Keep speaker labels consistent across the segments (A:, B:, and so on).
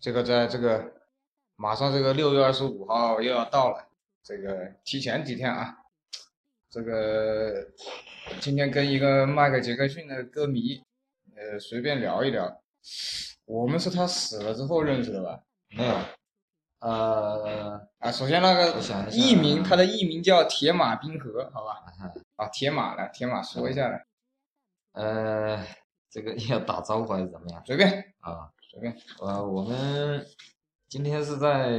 A: 这个在这个马上这个六月二十五号又要到了，这个提前几天啊，这个今天跟一个迈克尔·杰克逊的歌迷，呃，随便聊一聊。我们是他死了之后认识的吧？
B: 没有，
A: 呃，啊，首先那个
B: 我想一下
A: 艺名，
B: 啊
A: 他的艺名叫铁马冰河，好吧？
B: 啊哈嗯
A: 啊，铁马来，铁马说一下来，
B: 呃，这个 要打招呼还是怎么样
A: 随便
B: 啊？
A: 随便。
B: 呃，我们今天是在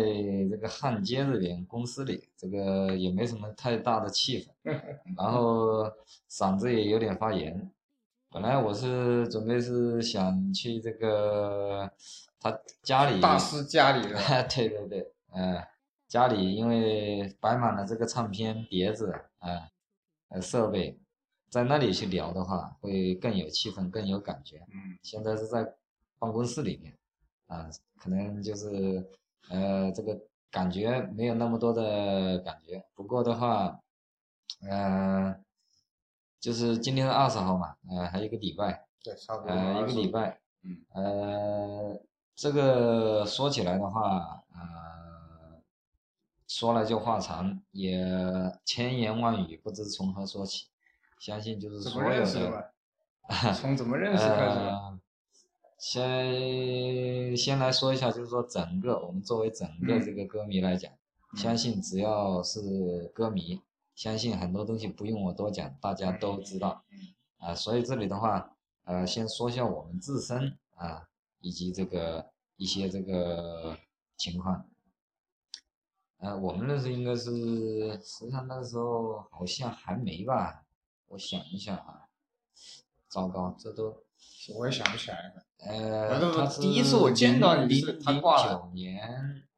B: 这个汉街这边公司里，这个也没什么太大的气氛，然后嗓子也有点发炎。本来我是准备是想去这个他家里
A: 大师家里 的，
B: 啊，对对对，嗯、家里因为摆满了这个唱片碟子啊、呃，设备，在那里去聊的话，会更有气氛，更有感觉。
A: 嗯，
B: 现在是在办公室里面，啊、可能就是呃，这个感觉没有那么多的感觉。不过的话，呃，就是今天是二十号嘛，呃，还有一个礼拜，
A: 对，差不多
B: 呃，一个礼
A: 25
B: 拜，
A: 嗯，
B: 呃，这个说起来的话，呃，说来就话长，也千言万语不知从何说起，相信就是
A: 怎
B: 所
A: 么认
B: 有
A: 识的
B: 的，
A: 吧？从怎么认识开始吧？
B: 呃，先先来说一下，就是说整个我们作为整个
A: 嗯
B: 这个歌迷来讲，相信只要是歌迷，相信很多东西不用我多讲，大家都知道。
A: 嗯
B: 啊、所以这里的话，呃，先说一下我们自身啊、以及这个一些这个情况。呃，我们认识应该是，实际上那个时候好像还没吧，我想一下啊，糟糕，这都，
A: 我也想不起来了。
B: 呃，
A: 那
B: 他
A: 么第一次我见到你是
B: 零
A: 他
B: 零
A: 挂了
B: 九年，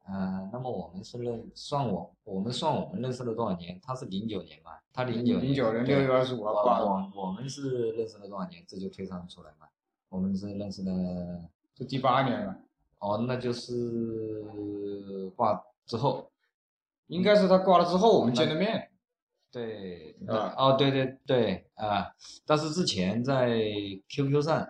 B: 呃，那么我们是认算我我们算我们认识了多少年？他是零九年嘛，他零九
A: 零九年六月二十五号
B: 我
A: 挂的，
B: 我我们是认识了多少年？这就推算出来嘛。我们是认识了，
A: 就第八年了，
B: 哦，那就是挂之后，
A: 应该是他挂了之后我们见的面。
B: 对，
A: 是吧
B: 哦，对对对啊，但是之前在 QQ 上，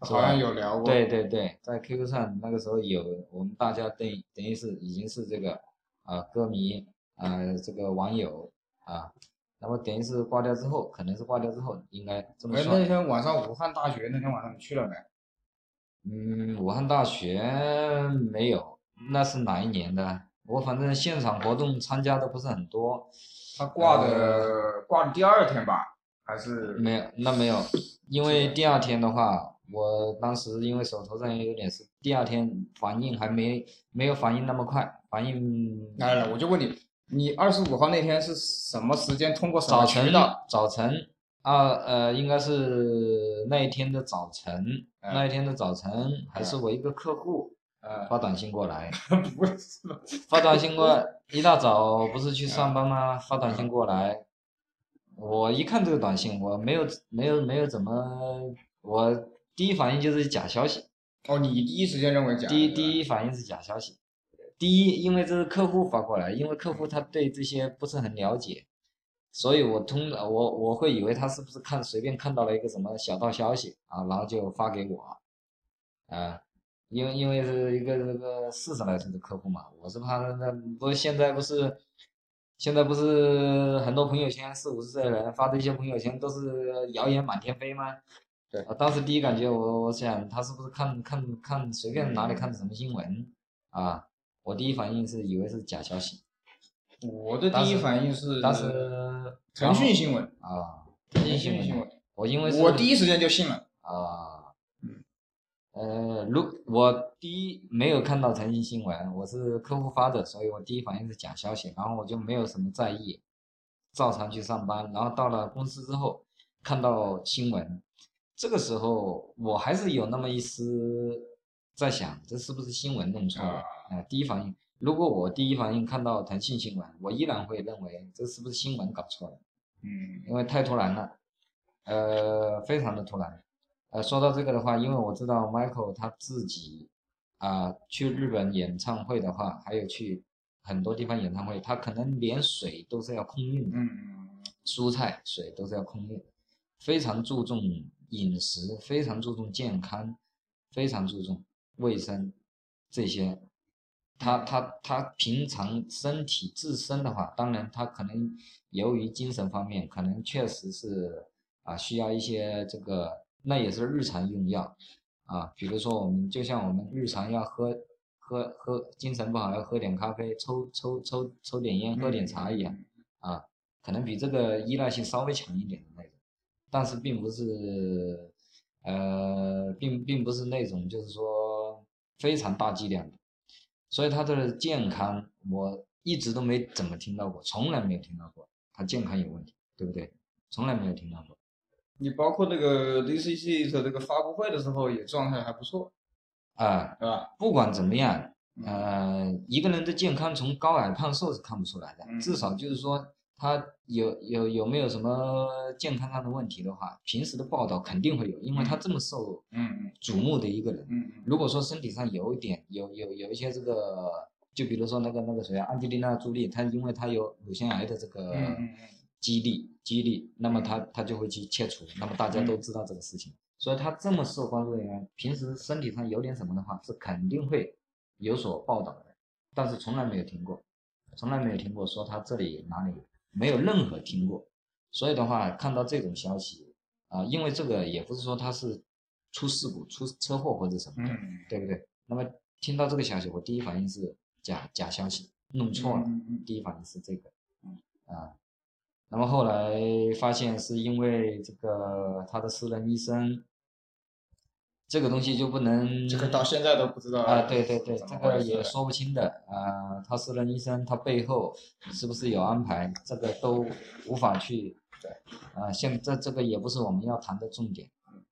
A: 好像有聊过，
B: 对对对，在 QQ 上那个时候有我们大家等于等于是已经是这个啊、歌迷啊、这个网友啊，那么等于是挂掉之后，可能是挂掉之后应该这么
A: 哎，
B: 算
A: 那。天晚上武汉大学那天晚上你去了没？
B: 嗯，武汉大学没有，那是哪一年的？我反正现场活动参加的不是很多，
A: 他挂
B: 呃
A: 的挂的第二天吧，还是
B: 没有，那没有，因为第二天的话，我当时因为手头上也有点事，第二天反应还没没有反应那么快，反应
A: 来来，我就问你，你二十五号那天是什么时间通过什么
B: 早晨
A: 渠道？
B: 早晨啊呃，应该是那一天的早晨，
A: 哎
B: 那一天的早晨还是我一个客户
A: 呃，
B: 发短信过来。
A: 不是吧，
B: 发短信过来，一大早不是去上班吗？发短信过来，我一看这个短信，我没有没有没有怎么，我第一反应就是假消息，
A: 哦，你第一时间认为假的？
B: 第一
A: 对吧
B: 第一反应是假消息，第一因为这是客户发过来，因为客户他对这些不是很了解，所以我通我我会以为他是不是看随便看到了一个什么小道消息啊，然后就发给我，啊、因为因为是一个这个四十来岁的客户嘛，我是怕那那不是现在不是。现在不是很多朋友圈四五十岁的人发的一些朋友圈都是谣言满天飞吗？
A: 对
B: 啊，当时第一感觉我我想他是不是看看看随便哪里看的什么新闻啊？我第一反应是以为是假消息，
A: 我的
B: 当
A: 第一
B: 时
A: 反应是
B: 当时
A: 呃腾讯新闻，
B: 啊，腾
A: 腾
B: 讯
A: 讯
B: 新
A: 新
B: 闻，
A: 闻，
B: 我因为是
A: 我第一时间就信了。
B: 啊
A: 嗯，
B: 呃，如我第一没有看到腾讯新闻，我是客户发的，所以我第一反应是假消息，然后我就没有什么在意，照常去上班。然后到了公司之后，看到新闻，这个时候我还是有那么一丝在想，这是不是新闻弄错了？
A: 啊
B: 呃，第一反应，如果我第一反应看到腾讯新闻，我依然会认为这是不是新闻搞错了。
A: 嗯，
B: 因为太突然了，呃，非常的突然。呃，说到这个的话，因为我知道 Michael 他自己啊、去日本演唱会的话，还有去很多地方演唱会，他可能连水都是要空运的，
A: 嗯，
B: 蔬菜、水都是要空运，非常注重饮食，非常注重健康，非常注重卫生，这些，他他他平常身体自身的话，当然他可能由于精神方面，可能确实是啊需要一些这个，那也是日常用药啊，比如说我们就像我们日常要喝喝喝，精神不好要喝点咖啡，抽抽抽抽点烟，喝点茶一样啊，可能比这个依赖性稍微强一点的那种，但是并不是。呃，并并不是那种就是说非常大剂量的，所以他的健康我一直都没怎么听到过，从来没有听到过他健康有问题，对不对？从来没有听到过。
A: 你包括那个 DCC 的这个发布会的时候，也状态还不错，
B: 啊、
A: 对吧？嗯
B: 不管怎么样，呃，一个人的健康从高矮胖瘦是看不出来的，
A: 嗯
B: 至少就是说他有有有没有什么健康上的问题的话，平时的报道肯定会有，因为他这么受
A: 嗯
B: 瞩目的一个人。
A: 嗯嗯
B: 如果说身体上有一点有有有一些这个，就比如说那个那个谁啊，安吉丽娜朱莉，她因为她有乳腺癌的这个
A: 嗯嗯嗯
B: 激励激励，那么她她就会去切除，那么大家都知道这个事情，所以她这么受关注的人，平时身体上有点什么的话，是肯定会有所报道的，但是从来没有听过，从来没有听过说她这里哪里没有任何听过，所以的话，看到这种消息啊、因为这个也不是说她是出事故、出车祸或者什么的，
A: 嗯，
B: 对不对？那么听到这个消息，我第一反应是假假消息，弄错了，
A: 嗯嗯
B: 第一反应是这个，啊，那么后来发现是因为这个他的私人医生，这个东西就不能
A: 嗯，这个到现在都不知道
B: 啊，对对对，
A: 怎
B: 这
A: 么
B: 个
A: 回事
B: 也说不清的啊、他私人医生他背后是不是有安排，这个都无法去。
A: 对。
B: 啊、现这这个也不是我们要谈的重点，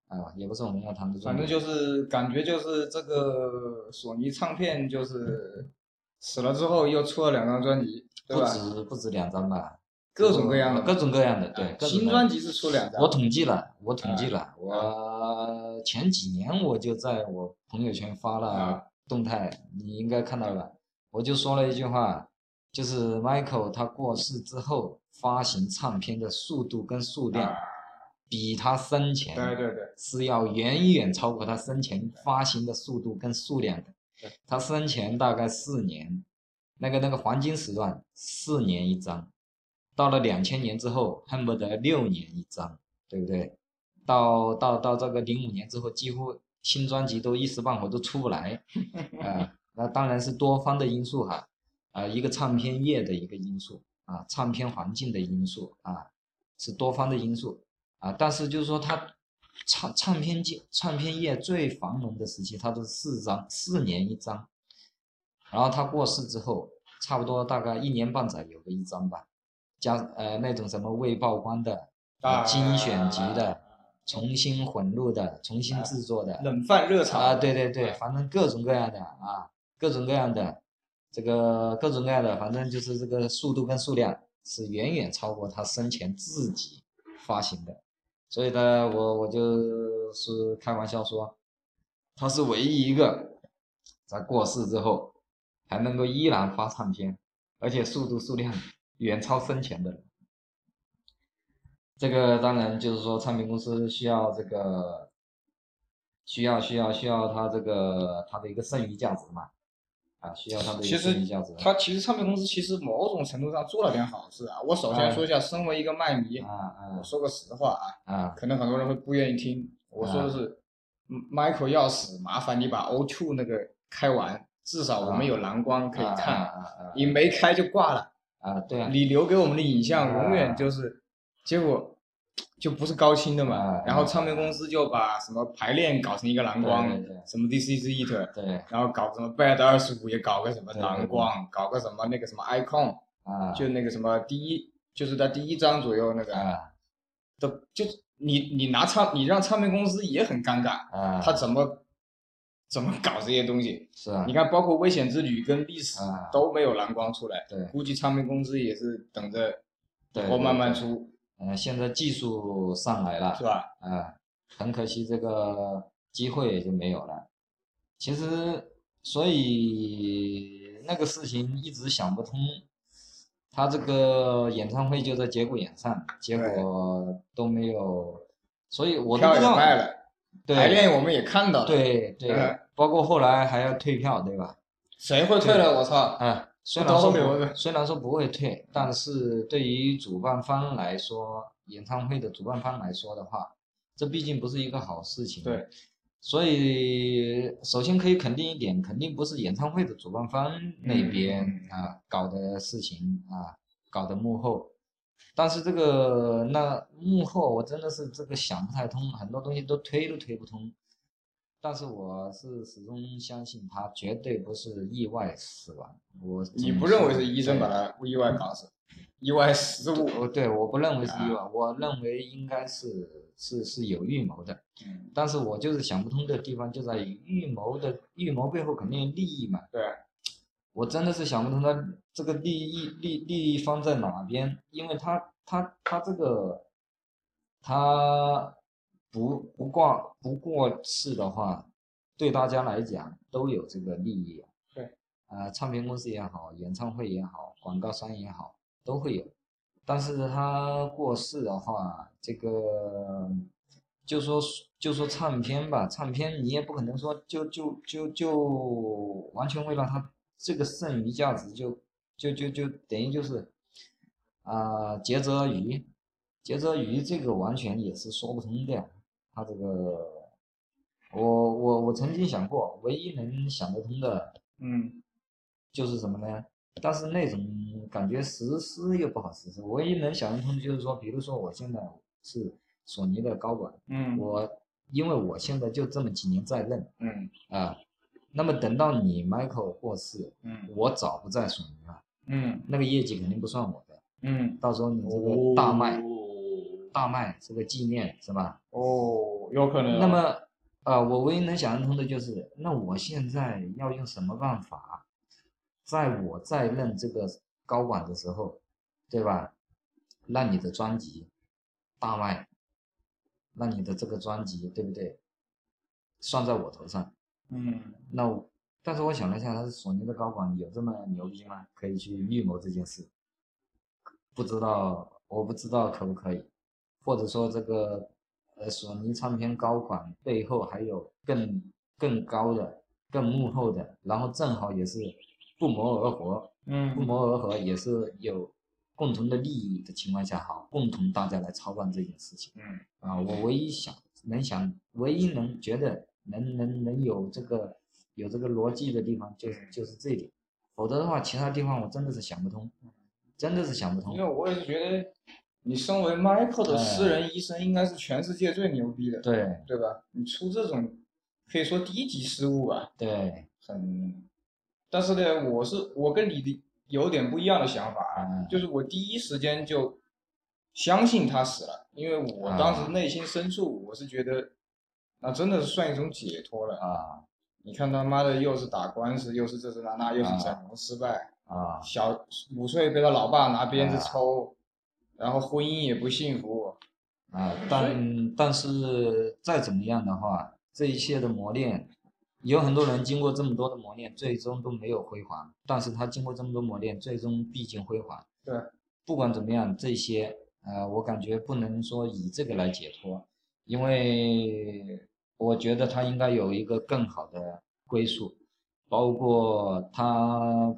B: 啊、也不是我们要谈的
A: 嗯
B: 重点。
A: 反正就是感觉就是这个索尼唱片就是死了之后又出了两张专辑，对
B: 不
A: 吧？
B: 止不止两张吧，
A: 各种各样的啊
B: 各种各样的，对，各种
A: 新
B: 各样
A: 专
B: 的
A: 辑是出两张
B: 我，统计了，我统
A: 嗯
B: 计了，我前几年我就在我朋友圈发
A: 啊
B: 了动态，你应该看到了吧，我就说了一句话，就是 Michael 他过世之后发行唱片的速度跟数量
A: 啊，
B: 比他生前
A: 对对对，
B: 是要远远超过他生前发行的速度跟数量的
A: 对。
B: 他生前大概四年，那个那个黄金时段四年一张，到了两千年之后，恨不得六年一张，对不对？到到到这个零五年之后，几乎新专辑都一时半会儿都出不来啊、那当然是多方的因素哈，啊、一个唱片业的一个因素啊，唱片环境的因素啊，是多方的因素。啊，但是就是说他唱唱片界唱片业最繁荣的时期，他都是四张四年一张，然后他过世之后，差不多大概一年半载有个一张吧，加呃那种什么未曝光的、
A: 啊
B: 呃精选集的、重新混入的、重新制作的
A: 冷饭啊热炒
B: 啊，对对对，反正各种各样的啊，各种各样的这个各种各样的，反正就是这个速度跟数量是远远超过他生前自己发行的。所以呢，我我就是开玩笑说，他是唯一一个在过世之后还能够依然发唱片，而且速度数量远超生前的人。这个当然就是说，唱片公司需要这个，需要需要需要它这个它的一个剩余价值嘛，啊，需要它的一
A: 其
B: 个
A: 实
B: 剩余价值。
A: 他其实唱片公司其实某种程度上做了点好事啊。我首
B: 哎
A: 先说一下，身为一个卖迷，我
B: 啊
A: 说个实话啊，
B: 啊啊！
A: 可能很多人会不愿意听。我
B: 哎
A: 说的是、嗯 m i c h a e l 要死，麻烦你把 O2 那个开完，至少我们有蓝光可以看。
B: 啊啊啊
A: 你没开就挂了，
B: 啊！对啊，
A: 你留给我们的影像
B: 啊
A: 永远就是，结果就不是高清的嘛
B: 啊。
A: 然后唱片公司就把什么排练搞成一个蓝光
B: 对对对，
A: 什么 DCZ It，
B: 对
A: 然后搞什么 Bad 二十五也搞个什么
B: 对对
A: 蓝光，搞个什么那个什么 Icon，
B: 啊，
A: 就那个什么第一，就是在第一章左右那个
B: 啊
A: 都就是你你拿唱你让唱片公司也很尴尬，
B: 啊，
A: 他怎么怎么搞这些东西？
B: 是啊
A: 你，看，包括危险之旅跟历史
B: 啊
A: 都没有蓝光出来，
B: 对
A: 估计唱片公司也是等着
B: 对
A: 以后慢慢
B: 对
A: 出，
B: 呃，现在技术上来了
A: 是，吧？
B: 啊，很可惜这个机会也就没有了。其实，所以那个事情一直想不通。他这个演唱会就在节骨眼上，结果都没有，所以我都
A: 票
B: 不
A: 也
B: 知道。
A: 卖了，排
B: 对
A: 练我们也看到了，
B: 对对
A: 嗯，
B: 包括后来还要退票，对吧？
A: 谁会退了？我操！
B: 啊，虽
A: 到
B: 然
A: 后
B: 说
A: 面我
B: 不虽然说不会退，但是对于主办方来说，演唱会的主办方来说的话，这毕竟不是一个好事情。啊
A: 对，
B: 所以首先可以肯定一点，肯定不是演唱会的主办方那边、
A: 嗯
B: 啊搞的事情啊，搞的幕后。但是这个那幕后，我真的是这个想不太通，很多东西都推都推不通。但是我是始终相信他绝对不是意外死亡。我
A: 你不认为是医生把
B: 他？
A: 他意外搞死，意外失误？
B: 我对我不认为是
A: 啊
B: 意外，我认为应该是是是有预谋的。
A: 嗯，
B: 但是我就是想不通的地方就在于预谋的预谋背后肯定有利益嘛。
A: 对，
B: 我真的是想不通他这个利益利利益方在哪边，因为他他他这个他不不挂不过世的话，对大家来讲都有这个利益。
A: 对，
B: 呃，唱片公司也好，演唱会也好，广告商也好，都会有。但是他过世的话，这个就说就说唱片吧，唱片你也不可能说就就就就完全会让他这个剩余价值就就就就等于就是啊、竭泽而渔，竭泽而渔这个完全也是说不通的呀，他这个我我我曾经想过，唯一能想得通的
A: 嗯，
B: 就是什么呢？但是那种感觉实施又不好实施，唯一能想得通的就是说，比如说我现在是索尼的高管，
A: 嗯，
B: 我因为我现在就这么几年在任
A: 嗯，
B: 啊，那么等到你 Michael 过世，
A: 嗯，
B: 我早不在索尼了，
A: 嗯，
B: 那个业绩肯定不算我的，
A: 嗯，
B: 到时候你这个大卖、
A: 哦
B: 大卖这个纪念是吧？
A: 哦，有可能。
B: 那么，呃，我唯一能想得通的就是，那我现在要用什么办法，在我在任这个高管的时候，对吧？让你的专辑大卖，让你的这个专辑，对不对？算在我头上。
A: 嗯，
B: 那我，但是我想了一下，他是索尼的高管，有这么牛逼吗？可以去预谋这件事？不知道，我不知道可不可以，或者说这个呃，索尼唱片高管背后还有更更高的、更幕后的，然后正好也是不谋而合，
A: 嗯，
B: 不谋而合也是有共同的利益的情况下，好，共同大家来操办这件事情。
A: 嗯，
B: 啊，我唯一想能想，唯一能觉得能能能有这个有这个逻辑的地方，就是就是这一点，否则的话，其他地方我真的是想不通，真的是想不通
A: 因为。我也是觉得，你身为 Michael 的
B: 哎
A: 私人医生，应该是全世界最牛逼的，
B: 对
A: 对吧？你出这种可以说低级失误吧，
B: 对，
A: 很。但是呢，我是我跟你的有点不一样的想法啊
B: 嗯，
A: 就是我第一时间就相信他死了，因为我
B: 啊
A: 当时内心深处我是觉得，那真的是算一种解脱了。
B: 啊
A: 你看他妈的，又是打官司，又是这是那那，又是
B: 啊
A: 整容失败，
B: 啊
A: 小五岁被他老爸拿鞭子抽，然后婚姻也不幸福。嗯
B: 啊！但但是再怎么样的话，这一切的磨练，有很多人经过这么多的磨练，最终都没有辉煌，但是他经过这么多磨练，最终毕竟辉煌。
A: 对，
B: 不管怎么样，这些呃，我感觉不能说以这个来解脱，因为我觉得他应该有一个更好的归宿，包括他，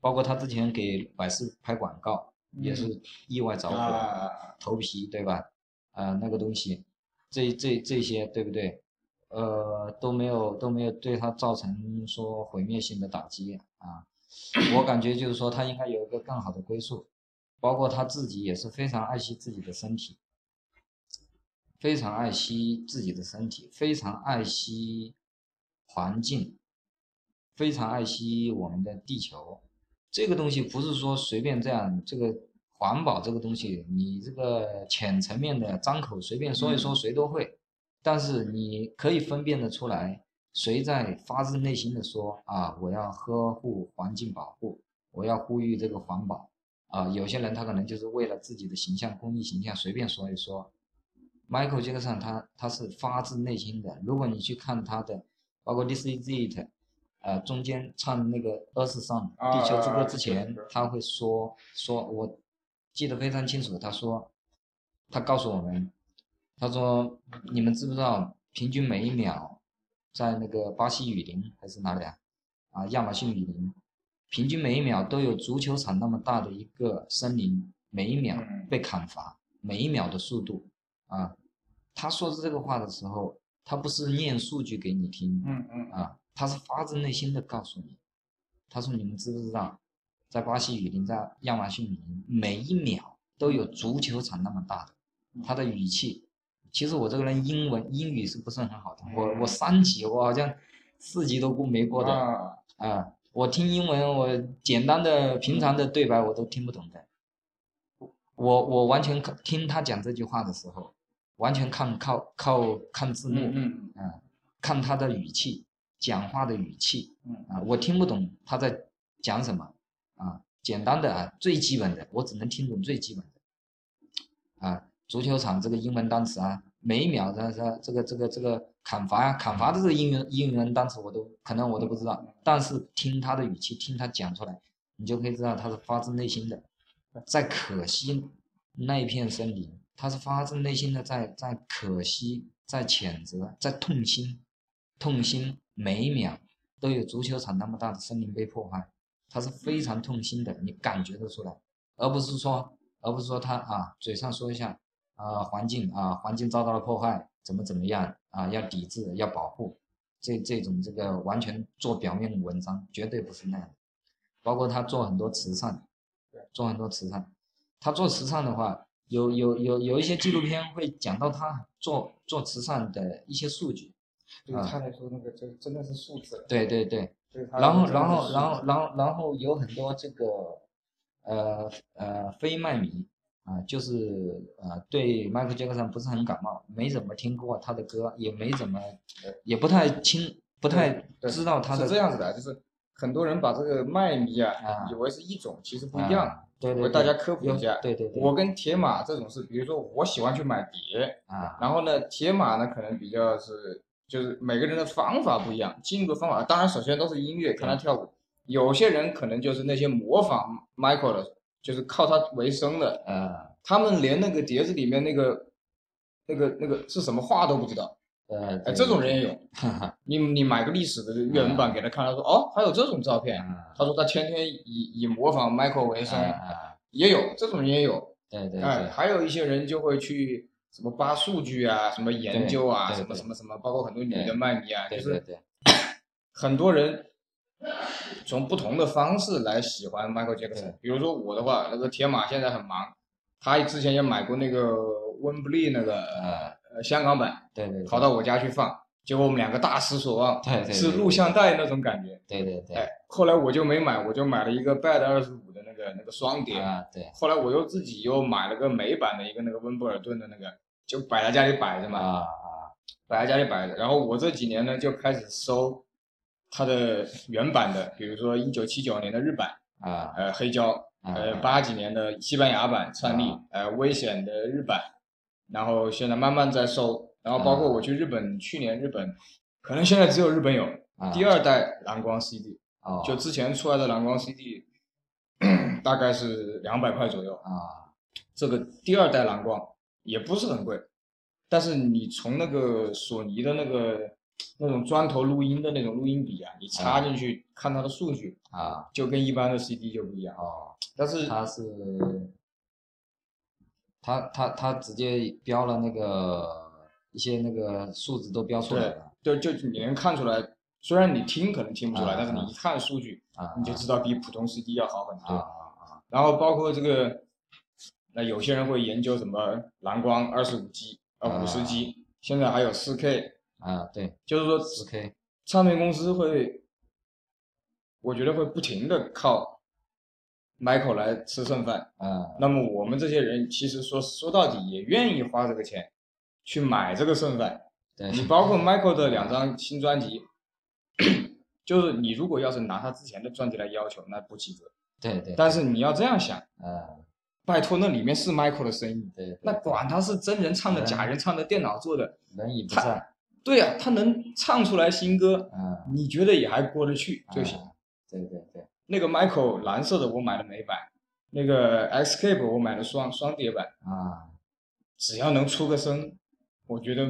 B: 包括他之前给百事拍广告、也是意外着火，
A: 嗯啊，
B: 头皮对吧？啊、那个东西，这这这些对不对？呃，都没有都没有对他造成说毁灭性的打击啊。 我感觉就是说他应该有一个更好的归宿，包括他自己也是非常爱惜自己的身体，非常爱惜自己的身体，非常爱惜环境，非常爱惜我们的地球。这个东西不是说随便这样，这个环保这个东西，你这个浅层面的张口随便说一说，谁都会。但是你可以分辨得出来，谁在发自内心的说啊，我要呵护环境保护，我要呼吁这个环保啊。有些人他可能就是为了自己的形象、公益形象随便说一说。Michael Jackson 他他是发自内心的，如果你去看他的，包括 This Is It，呃，中间唱那个 Earth Song
A: 啊
B: 地球之歌之
A: 啊是
B: 前
A: 是，
B: 他会说说，我记得非常清楚，他说他告诉我们，他说：“你们知不知道，平均每一秒在那个巴西雨林还是哪里啊？啊，亚马逊雨林，平均每一秒都有足球场那么大的一个森林，每一秒
A: 嗯
B: 被砍伐，每一秒的速度啊。他说这个话的时候，他不是念数据给你听，
A: 嗯嗯
B: 啊，他是发自内心的告诉你，他说你们知不知道，在巴西雨林，在亚马逊雨林，每一秒都有足球场那么大的。
A: 嗯
B: 他的语气，其实我这个人英文英语是不是很好的？
A: 嗯
B: 我我三级，我好像四级都过没过的啊、
A: 啊，
B: 我听英文，我简单的平常的对白我都听不懂的。我我完全靠听他讲这句话的时候，完全看靠靠看字幕。
A: 嗯嗯
B: 啊，看他的语气，讲话的语气
A: 嗯
B: 啊，我听不懂他在讲什么啊，简单的啊，最基本的，我只能听懂最基本的啊，足球场这个英文单词啊，每一秒的这个这个这个砍伐啊，砍伐的这个英文英文单词我都可能我都不知道，但是听他的语气，听他讲出来，你就可以知道他是发自内心的，在可惜那一片森林，他是发自内心的在在可惜，在谴责，在痛心，痛心每一秒都有足球场那么大的森林被破坏，他是非常痛心的，你感觉得出来，而不是说而不是说他啊嘴上说一下啊、环境啊环境遭到了破坏怎么怎么样啊要抵制要保护，这这种这个完全做表面文章绝对不是那样的，包括他做很多慈善，做很多慈善。他做慈善的话，有有有有一些纪录片会讲到他做做慈善的一些数据。
A: 对于他来说，那个就真的是数字了。
B: 对对对，
A: 对于他来
B: 然后
A: 说真的
B: 然
A: 是
B: 后
A: 数
B: 然后
A: 字
B: 然后然后有很多这个呃呃非麦迷啊、就是呃对迈克杰克逊不是很感冒，没怎么听过他的歌，也没怎么
A: 对
B: 也不太清，不太
A: 对
B: 知道他的
A: 是这样子的，就是很多人把这个麦迷啊
B: 啊
A: 以为是一种，其实不
B: 啊
A: 一样。
B: 对
A: 我
B: 对
A: 为
B: 对，
A: 大家科普
B: 有
A: 一下，
B: 对对对，
A: 我跟铁马这种是，比如说我喜欢去买碟，
B: 啊
A: 然后呢，铁马呢可能比较是，就是每个人的方法不一样，进入的方法，当然首先都是音乐，看他跳舞。有些人可能就是那些模仿 Michael 的，就是靠他为生的，
B: 呃
A: 他们连那个碟子里面那个、那个、那个是什么话都不知道。
B: 呃
A: 哎，
B: 对
A: 这种人也有，
B: 哈哈嗯
A: 你你买个历史的阅文版给他看，他说哦，还有这种照片。
B: 啊
A: 他说他天天以以模仿 Michael 为
B: 啊
A: 生，
B: 啊
A: 也有这种人也有。
B: 对对
A: 哎，
B: 对
A: 还有一些人就会去什么扒数据啊，什么研究啊，
B: 对对
A: 什么
B: 对
A: 什么什么，包括很多女的卖迷啊，就
B: 对对
A: 是
B: 对。
A: 很多人从不同的方式来喜欢 Michael Jackson
B: 对。
A: 比如说我的话，那个铁马现在很忙，他之前也买过那个温布利那个
B: 呃，
A: 呃香港版，
B: 对对，对
A: 跑到我家去放，结果我们两个大失所望，
B: 对对对
A: 是录像带那种感觉。
B: 对对对，
A: 哎，后来我就没买，我就买了一个 Bad 二十五的那个那个双碟。
B: 啊对
A: 后来我又自己又买了个美版的一个那个温布尔顿的那个，就摆在家里摆着
B: 啊
A: 嘛，
B: 啊
A: 摆在家里摆着。然后我这几年呢就开始搜它的原版的，比如说一九七九年的日版，
B: 啊
A: 呃黑胶，呃
B: 啊
A: 八几年的西班牙版灿丽
B: 啊，
A: 呃危险的日版，然后现在慢慢在搜，然后包
B: 啊
A: 括我去日本，去年日本可能现在只有日本有
B: 啊
A: 第二代蓝光 CD，
B: 哦
A: 就之前出来的蓝光 CD 大概是两百块左右。
B: 啊
A: 这个第二代蓝光也不是很贵，但是你从那个索尼的那个那种砖头录音的那种录音笔啊，你插进去看它的数据，
B: 啊
A: 就跟一般的 CD 就不一样。啊
B: 哦，
A: 但是
B: 他是他他他直接标了那个一些那个数字都标出来
A: 对
B: 了，
A: 就就你能看出来，虽然你听可能听不出来，
B: 啊
A: 但是你一看数据，
B: 啊
A: 你就知道比普通 CD 要好很
B: 啊
A: 多。
B: 啊
A: 然后包括这个，那有些人会研究什么蓝光二十五 G 啊五十
B: 啊
A: G，现在还有四 K，
B: 啊啊对
A: 就是说
B: 四 K
A: 唱片公司会，我觉得会不停的靠 Michael 来吃剩饭。
B: 啊
A: 那么我们这些人其实说说到底也愿意花这个钱去买这个剩饭。
B: 对
A: 你包括 Michael 的两张新专辑， 就是你如果要是拿他之前的专辑来要求，那不及格。
B: 对对
A: 但是你要这样想，
B: 嗯
A: 拜托，那里面是 Michael 的声音，
B: 对
A: 那
B: 对
A: 管他是真人唱的、
B: 嗯
A: 假人唱的、电脑做的，
B: 人已不
A: 他
B: 在
A: 对呀、他能唱出来新歌，
B: 嗯
A: 你觉得也还过得去就行。
B: 啊对对对
A: 那个 Michael 蓝色的我买了美版，那个 Xscape 我买了双双碟版，
B: 啊
A: 只要能出个声，我觉得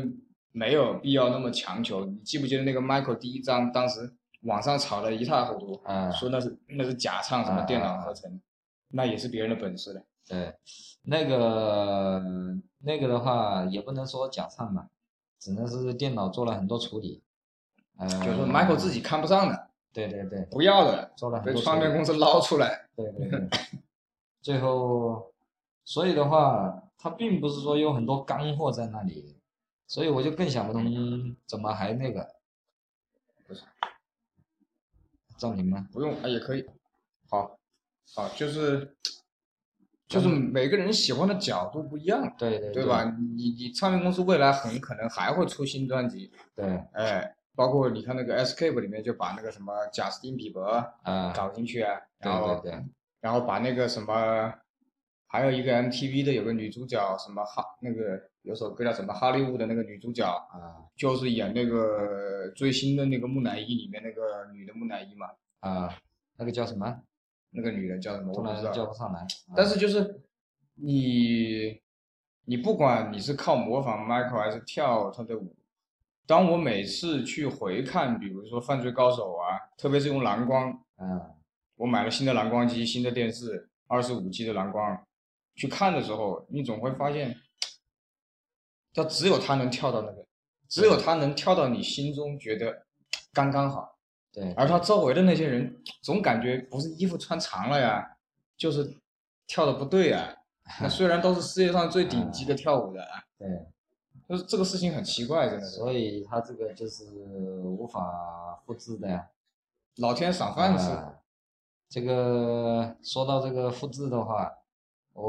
A: 没有必要那么强求。你记不记得那个 Michael 第一章，当时网上吵得一塌糊涂，
B: 啊，
A: 说那是那是假唱，什么
B: 啊
A: 电
B: 啊
A: 脑
B: 啊
A: 合成，那也是别人的本事了。
B: 对，那个那个的话也不能说假唱吧，只能是电脑做了很多处理，呃，
A: 就是说 Michael 自
B: 己，
A: 己看不上的，
B: 对对对，
A: 不要的，
B: 做了
A: 被
B: 很多处
A: 唱
B: 理
A: 片，公司捞出来。
B: 对 对对，最后，所以的话，他并不是说有很多干货在那里，所以我就更想不通怎么还那个，
A: 不是
B: 暂停吗？
A: 不用啊，也可以。好，好，就是就是每个人喜欢的角度不一样，
B: 对嗯对
A: 对吧？？你你唱片公司未来很可能还会出新专辑，
B: 对，
A: 哎，包括你看那个 Escape 里面就把那个什么贾斯汀比伯
B: 啊、
A: 搞进去啊，
B: 对
A: 然后
B: 对对，
A: 然后把那个什么，还有一个 MTV 的有个女主角什么哈那个有首歌叫什么哈利坞的那个女主角，
B: 啊
A: 就是演那个最新的那个木乃伊里面那个女的木乃伊嘛，
B: 啊，那个叫什么？
A: 那个女人叫什么我
B: 突
A: 不
B: 然
A: 知道。
B: 叫不上来。啊
A: 但是就是你，你不管你是靠模仿 Michael 还是跳他的舞，当我每次去回看，比如说《犯罪高手》啊，特别是用蓝光，
B: 啊，
A: 我买了新的蓝光机、新的电视，二十五 G 的蓝光，去看的时候，你总会发现，他只有他能跳到那个，只有他能跳到你心中觉得刚刚好。
B: 对，
A: 而他周围的那些人总感觉不是衣服穿长了呀，就是跳的不对 呀。那虽然都是世界上最顶
B: 嗯
A: 级的跳舞的，啊
B: 对，
A: 就是这个事情很奇怪，真的是
B: 所以他这个就是无法复制的呀。
A: 老天赏饭吃。
B: 啊这个说到这个复制的话，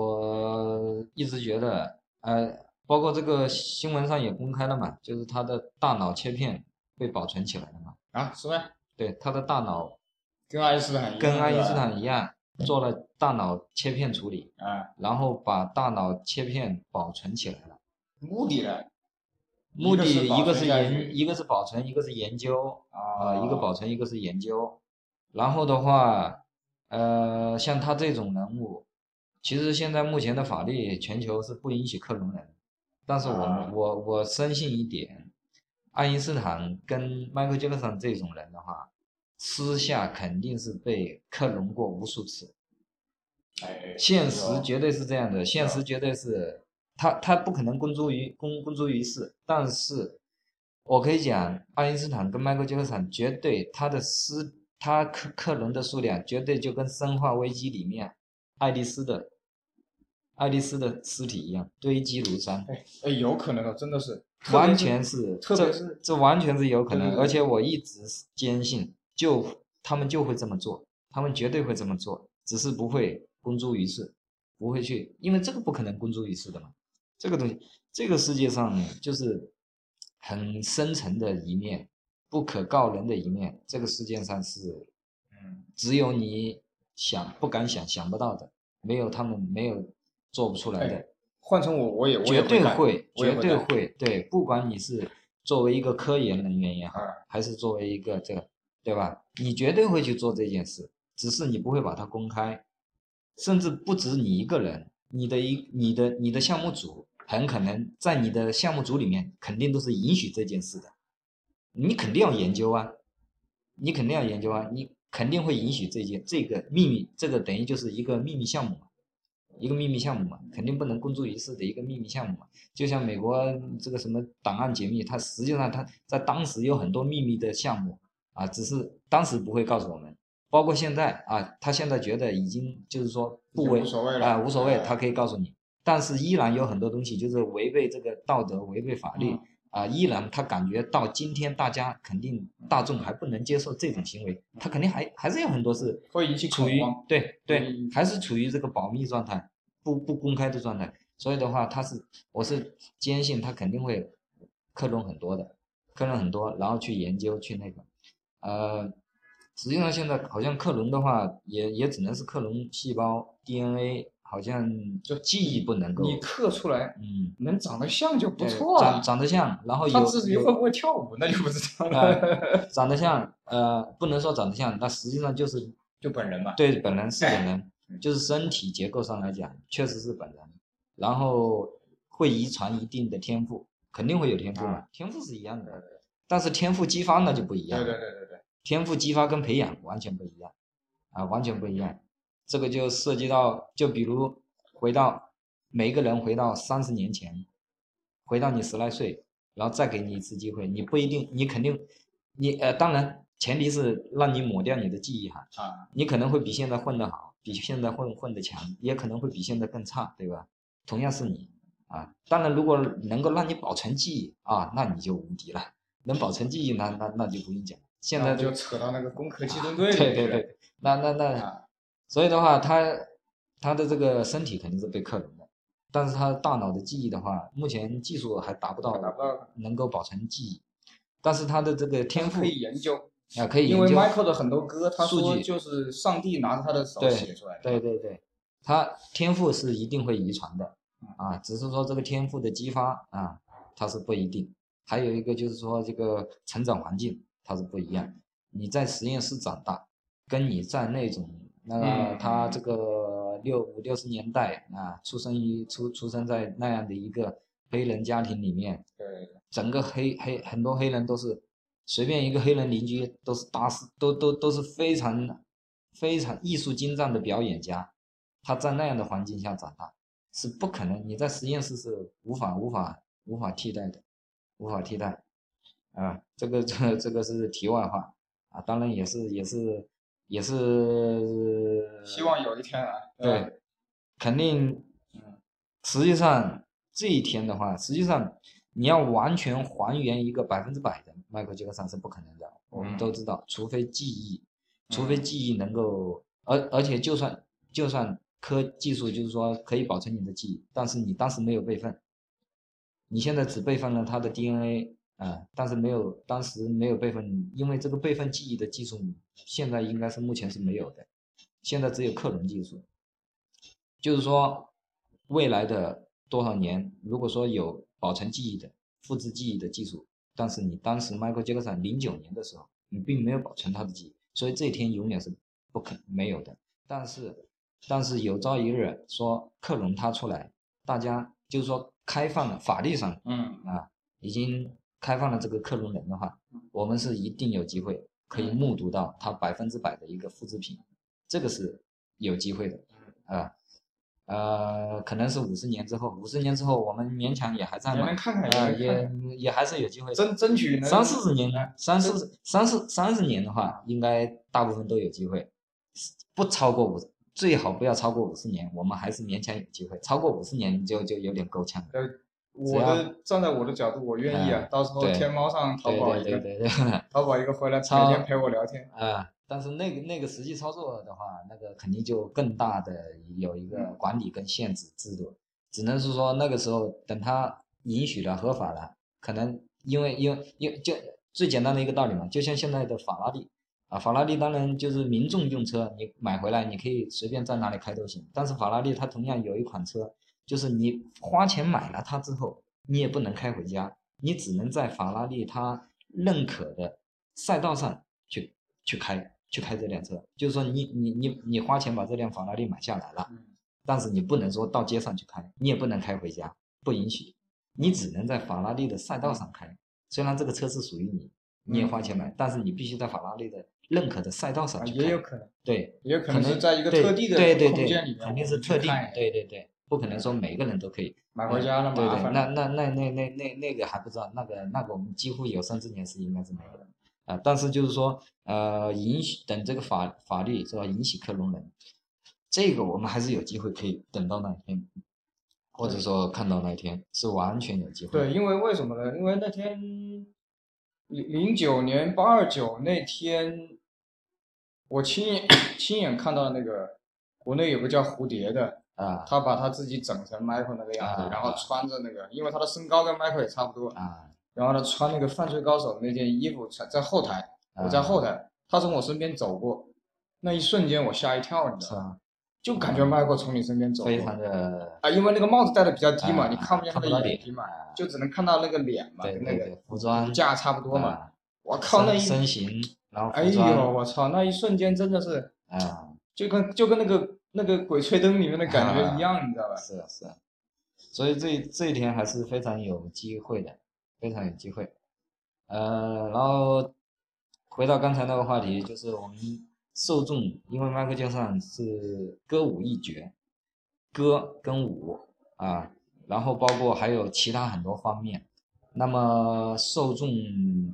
B: 我一直觉得，呃，包括这个新闻上也公开了嘛，就是他的大脑切片被保存起来了嘛。
A: 啊，是呗，
B: 对，他的大脑
A: 跟爱因斯坦一样，
B: 跟爱因斯
A: 嗯对吧
B: 坦一样，做了大脑切片处理，
A: 啊，
B: 然后把大脑切片保存起来了。
A: 目的的
B: 目的
A: 一
B: 一
A: 个
B: 个
A: 是保存
B: 是
A: 下去
B: 研，一个是保存，一个是研究啊、
A: 啊
B: 一个保存，一个是研究。然后的话，呃，像他这种人物，其实现在目前的法律全球是不允许克隆人的，但是我们、
A: 啊
B: 我我深信一点，爱因斯坦跟迈克尔·杰克逊这种人的话，私下肯定是被克隆过无数次。
A: 哎，
B: 现
A: 有
B: 实绝对是这样的，现实绝对是，他他不可能公诸于公公诸于世，但是我可以讲，爱因斯坦跟迈克尔杰克逊绝对他的斯他克克隆的数量绝对就跟《生化危机》里面爱丽丝的爱丽丝的尸体一样，堆积如山，
A: 哎，有可能的，真的是
B: 完全是，
A: 特别是
B: 这这完全是有可
A: 对对
B: 能，
A: 对
B: 而且我一直坚信，就他们就会这么做，他们绝对会这么做，只是不会公诸于世，不会去，因为这个不可能公诸于世的嘛，这个东西，这个世界上就是很深沉的一面，不可告人的一面，这个世界上是
A: 嗯，
B: 只有你想不敢想想不到的，没有他们没有做不出来的。
A: 哎换成我我也我也
B: 绝对
A: 干
B: 会，
A: 我也
B: 绝对
A: 干
B: 会，对，不管你是作为一个科研人员也好，
A: 啊，
B: 还是作为一个这个，对吧？你绝对会去做这件事，只是你不会把它公开，甚至不止你一个人，你的一你的你的项目组很可能在你的项目组里面肯定都是允许这件事的，你肯定要研究啊，你肯定要研究啊，你肯定会允许这件这个秘密，这个等于就是一个秘密项目嘛。一个秘密项目嘛，肯定不能公诸于世的一个秘密项目嘛。就像美国这个什么档案解密，它实际上它在当时有很多秘密的项目啊，只是当时不会告诉我们。包括现在啊，他现在觉得已经就是说
A: 已
B: 不
A: 经
B: 违
A: 无所谓了
B: 啊，无所谓
A: 哎，
B: 他可以告诉你。但是依然有很多东西就是违背这个道德、违背法律
A: 嗯
B: 啊，依然他感觉到今天大家肯定大众还不能接受这种行为，他肯定还还是有很多是
A: 会引起
B: 处
A: 恐
B: 于
A: 慌。
B: 对对
A: 嗯，
B: 还是处于这个保密状态，不不公开的状态。所以的话，他是我是坚信他肯定会克隆很多的，克隆很多，然后去研究去那个，呃，实际上现在好像克隆的话，也也只能是克隆细胞 DNA，好像就记忆不能够，
A: 你刻出来
B: 嗯，
A: 能长得像就不
B: 对
A: 错了
B: 长。长得像，然后
A: 他
B: 有
A: 至于
B: 有
A: 会不会跳舞，那就不知道了。
B: 啊长得像，呃，不能说长得像，那实际上就是
A: 就本人嘛，
B: 对，本人是本人
A: 嗯，
B: 就是身体结构上来讲，确实是本人，然后会遗传一定的天赋，肯定会有天赋嘛，
A: 啊
B: 天赋是一样的，但是天赋激发那就不一样
A: 对
B: 了。
A: 对对对对，
B: 天赋激发跟培养完全不一样，啊，完全不一样。这个就涉及到，就比如回到每一个人回到三十年前，回到你十来岁，然后再给你一次机会，你不一定，你肯定，你呃，当然前提是让你抹掉你的记忆哈，
A: 啊，
B: 你可能会比现在混得好，比现在混混得强，也可能会比现在更差，对吧？同样是你啊，当然如果能够让你保存记忆啊，那你就无敌了。能保存记忆，那那那就不用讲了。现
A: 那
B: 在
A: 我
B: 这个
A: 就扯到那个攻壳机动队里去
B: 对
A: 了。
B: 对对，那那那，
A: 啊，
B: 所以的话，他他的这个身体肯定是被克隆的，但是他大脑的记忆的话，目前技术还达不到
A: 达不到
B: 能够保存记忆，但是他的这个天赋
A: 可以研究，
B: 啊可以
A: 因
B: 研
A: 为
B: 究，
A: Michael 的很多歌，他
B: 数
A: 说
B: 据
A: 就是上帝拿着他的手
B: 对
A: 写出来的。
B: 对对对，他天赋是一定会遗传的
A: 嗯
B: 啊，只是说这个天赋的激发啊，它是不一定，还有一个就是说这个成长环境它是不一样，你在实验室长大，跟你在那种那个
A: 嗯
B: 他这个六五六十年代啊，出生于出出生在那样的一个黑人家庭里面，
A: 对
B: 整个黑黑很多黑人都是随便一个黑人邻居都是大师，都都都是非常非常艺术精湛的表演家。他在那样的环境下长大是不可能，你在实验室是无法无法无法替代的，无法替代。啊，这个这个、这个是题外话啊，当然也是也是也是
A: 希望有一天啊，吧
B: 对，肯定
A: 嗯，
B: 实际上这一天的话，实际上你要完全还原一个百分之百的迈克尔·杰克逊是不可能的，我们
A: 嗯
B: 都知道，除非记忆，除非
A: 嗯
B: 记忆能够，而而且就算就算科技术就是说可以保存你的记忆，但是你当时没有备份，你现在只备份了他的 DNA。啊、但是没有，当时没有备份，因为这个备份记忆的技术，现在应该是目前是没有的，现在只有克隆技术。就是说，未来的多少年，如果说有保存记忆的、复制记忆的技术，但是你当时 Michael Jackson 零九年的时候，你并没有保存他的记忆，所以这一天永远是不可没有的。但是，但是有朝一日说克隆他出来，大家就是说开放了法律上
A: 嗯，
B: 已经开放了这个克隆人的话
A: 嗯，
B: 我们是一定有机会可以
A: 嗯
B: 目睹到它百分之百的一个复制品，这个是有机会的
A: 嗯
B: 啊。呃，可能是五十年之后，五十年之后我们勉强也还在
A: 也
B: 嘛
A: 能，看看，
B: 啊，
A: 也能看
B: 也也还是有机会
A: 看。争争取能
B: 三四十年
A: 哎，
B: 三四十三四三十年的话，应该大部分都有机会，不超过五，最好不要超过五十年，我们还是勉强有机会。超过五十年就就有点够呛了。
A: 我的站在我的角度，我愿意啊
B: 嗯，
A: 到时候
B: 啊对
A: 天猫上淘
B: 对
A: 宝
B: 对
A: 一
B: 对
A: 个，
B: 对对。
A: 淘宝一个回来
B: 超
A: 每天陪我聊天。
B: 啊、但是那个那个实际操作的话，那个肯定就更大的有一个
A: 嗯
B: 管理跟限制制度，只能是说那个时候等它允许了合法了，可能因为因为因为就最简单的一个道理嘛，就像现在的法拉利啊，法拉利当然就是民众用车，你买回来你可以随便在哪里开都行，但是法拉利它同样有一款车，就是你花钱买了它之后，你也不能开回家，你只能在法拉利它认可的赛道上去去开去开这辆车，就是说你你你你花钱把这辆法拉利买下来了，
A: 嗯，
B: 但是你不能说到街上去开，你也不能开回家，不允许，你只能在法拉利的赛道上开。虽然这个车是属于你，你也花钱买，但是你必须在法拉利的认可的赛道
A: 啊
B: 上去开。
A: 也有可能，
B: 对，
A: 也有可
B: 可
A: 能
B: 能
A: 是在一个
B: 对
A: 特定的
B: 对对
A: 空间里
B: 对，
A: 面，
B: 肯定是
A: 我们去
B: 特定
A: 看一，下
B: 对对对，不可能说每个人都可以。
A: 买回家了
B: 对
A: 麻
B: 对，
A: 烦
B: 那
A: 了。
B: 那那那那那那个还不知道，那个那个我们几乎有生之年是应该是没有的啊、但是就是说，呃，允许等这个法法律是吧，允许克隆人，这个我们还是有机会可以等到那一天，或者说看到那一天是完全有机会。
A: 对，因为为什么呢？因为那天零零九年八二九那天，我亲眼 亲眼看到那个国内有个叫蝴蝶的，
B: 啊
A: 他把他自己整成 Michael 那个样子，
B: 啊
A: 然后穿着那个，因为他的身高跟 Michael 也差不多，
B: 啊
A: 然后呢穿那个犯罪高手那件衣服，在在后台，
B: 啊
A: 我在后台，他从我身边走过，那一瞬间我吓一跳，你知
B: 是
A: 道吗？
B: 吧？
A: 就感觉 Michael 从你身边走过，
B: 非常的
A: 啊，因为那个帽子戴的比 较低嘛，
B: 啊
A: 你看不见他
B: 看
A: 的
B: 不到
A: 眼
B: 脸
A: 睛嘛，
B: 啊
A: 就只能看到那个脸嘛，
B: 对
A: 跟那
B: 对
A: 个
B: 对，服装
A: 骨架差不多嘛。
B: 啊，
A: 我靠，那一
B: 身身形，然后
A: 哎
B: 服装
A: 呦，我操，那一瞬间真的是
B: 啊。
A: 就跟就跟那个那个《鬼吹灯》里面的感觉一样，你知道吧？
B: 是啊是啊，所以这一这一天还是非常有机会的非常有机会。呃，然后回到刚才那个话题，就是我们受众，因为迈克尔·杰克逊是歌舞一绝，歌跟舞啊，然后包括还有其他很多方面。那么受众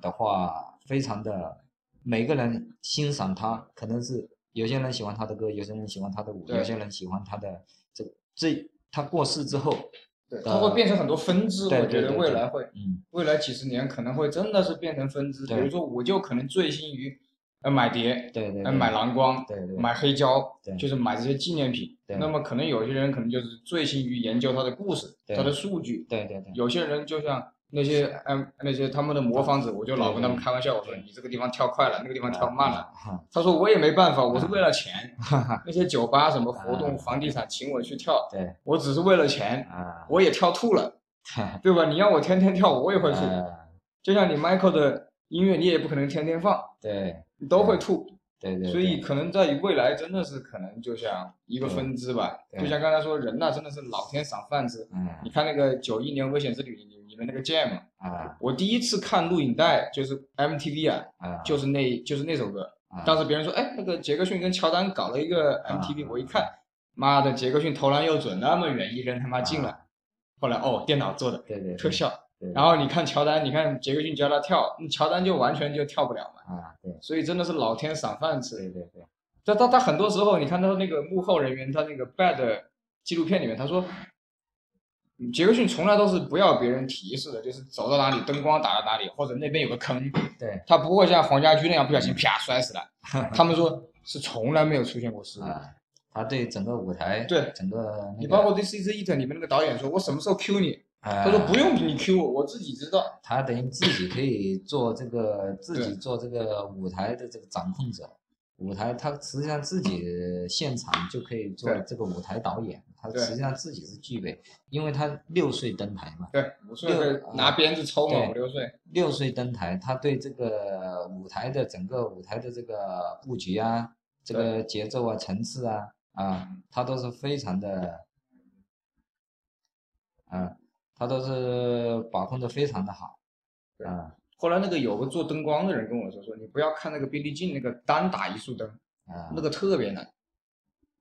B: 的话，非常的每个人欣赏他，可能是有些人喜欢他的歌，有些人喜欢他的舞，
A: 对
B: 有些人喜欢他的这这他过世之后，
A: 对，它会变成很多分支，
B: 啊对
A: 我觉
B: 对
A: 得
B: 对
A: 未
B: 对
A: 来会，
B: 嗯，
A: 未来几十年可能会真的是变成分支，比
B: 对
A: 如说我就可能醉心于，呃买碟，
B: 对对
A: 呃
B: 对，
A: 买蓝光，
B: 对对
A: 买黑胶
B: 对，
A: 就是买这些纪念品。
B: 对
A: 那么可能有些人可能就是醉心于研究它的故事、
B: 对
A: 它的数据，
B: 对对对
A: 有些人就像那些嗯那些他们的模仿者，我就老跟他们开玩笑，我说
B: 啊对
A: 你这个地方跳快了，那个地方跳慢了。
B: 哈
A: 他说我也没办法，我是为了钱，
B: 哈哈，
A: 那些酒吧什么活
B: 啊
A: 动、房地产请我去跳，
B: 对
A: 我只是为了钱，
B: 啊，
A: 我也跳吐了，
B: 哈
A: 对吧？你让我天天跳，我也会吐。
B: 呃
A: 就像你 Michael 的音乐，你也不可能天天放，
B: 对
A: 你都会吐。
B: 对对，
A: 所以
B: 对
A: 可能在未来真的是可能就像一个
B: 对
A: 分支吧，
B: 对
A: 就像刚才说人呐、真的是老天赏饭吃。
B: 嗯
A: 你看那个九一年危险之旅里里面那个 Jam，
B: 啊
A: 我第一次看录影带就是 MTV 啊，
B: 啊，
A: 就是那就是那首歌。
B: 啊
A: 当时别人说，哎，那个杰克逊跟乔丹搞了一个
B: 啊
A: MTV，我一看，妈的，杰克逊投篮又准，那么远一扔他妈进了。后来哦，电脑做的
B: 啊对对
A: 特
B: 对
A: 效，
B: 对
A: 然后你看乔丹，你看杰克逊教他跳，嗯乔丹就完全就跳不了嘛。
B: 啊对
A: 所以真的是老天赏饭吃。
B: 对对对
A: 他他他很多时候，你看他那个幕后人员，他那个 bad 纪录片里面，他说，嗯杰克逊从来都是不要别人提示的，就是走到哪里灯光打到哪里，或者那边有个坑，
B: 对
A: 他不会像黄家驹那样不小心啪摔死了。他们说是从来没有出现过失误。
B: 啊，他对整个舞台
A: 嗯对
B: 整个
A: 你
B: 那
A: 包
B: 个
A: 括《This Is It》里面那个导演说，我什么时候 Q 你？
B: 啊，
A: 他说不用你 Q 我，我自己知道。
B: 他等于自己可以做这个，自
A: 对
B: 己做这个舞台的这个掌控者。舞台他实际上自己现场就可以做
A: 对
B: 这个舞台导演，他
A: 对
B: 实际上自己是具备，因为他六岁登台嘛，
A: 对，五岁嗯会拿鞭子抽嘛，
B: 对
A: 五六岁。
B: 六岁登台，他对这个舞台的整个舞台的这个布局啊，这个节奏啊、层次啊啊，
A: 嗯
B: 他都是非常的，啊，他都是把控的非常的好，
A: 对
B: 啊
A: 后来那个有个做灯光的人跟我说，说你不要看那个便利镜那个单打一束灯，
B: 啊，
A: 那个特别难，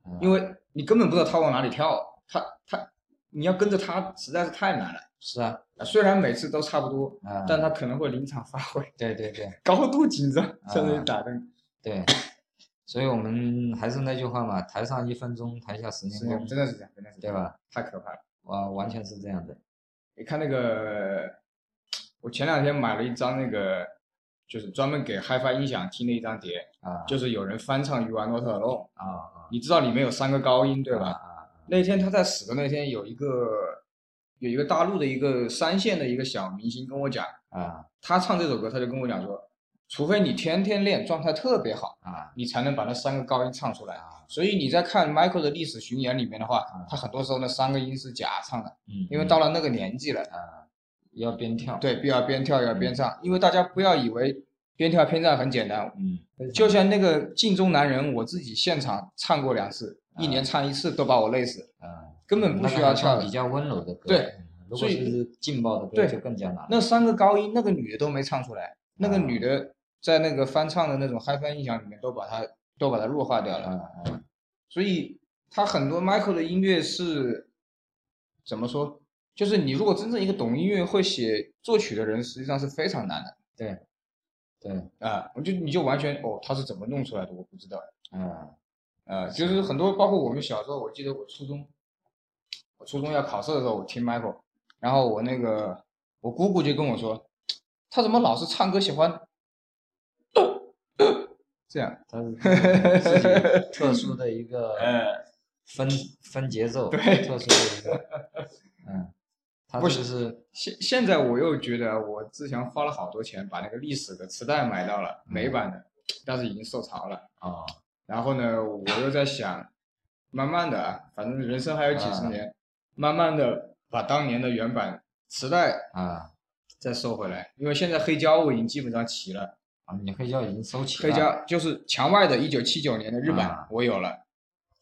B: 嗯
A: 因为你根本不知道他往哪里跳，他他你要跟着他实在是太难了。
B: 是啊，
A: 啊虽然每次都差不多，
B: 啊，
A: 但他可能会临场发挥，
B: 对对对
A: 高度紧张，甚至打灯。
B: 对，所以我们还是那句话嘛，台上一分钟，台下十年
A: 是这样
B: 功，
A: 嗯真的是这样，真的是这
B: 对
A: 样，
B: 吧？
A: 太可怕了。
B: 完完全是这样的。
A: 你看那个，我前两天买了一张那个，就是专门给 HiFi 音响听的一张碟，
B: 啊，
A: 就是有人翻唱《You Are Not Alone》，
B: 啊啊，
A: 你知道里面有三个高音对吧？
B: 啊
A: 那天他在死的那天，有一个有一个大陆的一个三线的一个小明星跟我讲，
B: 啊啊
A: 他唱这首歌，他就跟我讲说，除非你天天练，状态特别好，
B: 啊
A: 你才能把那三个高音唱出来。
B: 啊，
A: 所以你在看 Michael 的历史巡演里面的话，他很多时候那三个音是假唱的，
B: 嗯，
A: 因为到了那个年纪了，
B: 啊要边跳，，
A: 对，必要边跳要边唱，因为大家不要以为边跳边唱很简单。
B: 嗯，
A: 就像那个镜中男人，我自己现场唱过两次，一年唱一次都把我累死了。
B: 啊，
A: 根本不
B: 那个
A: 需要
B: 还算
A: 跳的
B: 比较温柔的歌，嗯
A: 对，
B: 如果
A: 所以
B: 是劲爆的歌
A: 对
B: 就更加难了。
A: 那三个高音，那个女的都没唱出来，那个
B: 啊
A: 女的在那个翻唱的那种嗨翻音响里面都把它都把它弱化掉
B: 啊
A: 了，
B: 啊
A: 所以他很多 Michael 的音乐是怎么说？就是你如果真正一个懂音乐、会写作曲的人，实际上是非常难的
B: 对，
A: 啊！我就你就完全哦，他是怎么弄出来的，我不知道。
B: 啊
A: 呃，就是很多，包括我们小时候，我记得我初中，我初中要考试的时候，我听 Michael，然后我那个我姑姑就跟我说，他怎么老是唱歌喜欢 这样？
B: 它是 自己特殊的一个
A: 呃，
B: 分分节奏，
A: 对
B: 特殊的一个，嗯，它
A: 不
B: 这
A: 是
B: 个是
A: 现现在我又觉得我之前花了好多钱把那个历史的磁带买到
B: 嗯
A: 了美版的，但是已经受潮了。
B: 啊
A: 然后呢，我又在想，慢慢的啊，反正人生还有几十
B: 啊
A: 年，慢慢的把当年的原版磁带
B: 啊
A: 再收回来，因为现在黑胶我已经基本上齐了。
B: 啊，你黑胶已经收齐
A: 黑
B: 了，
A: 胶就是墙外的1979年的日
B: 啊
A: 版我有了，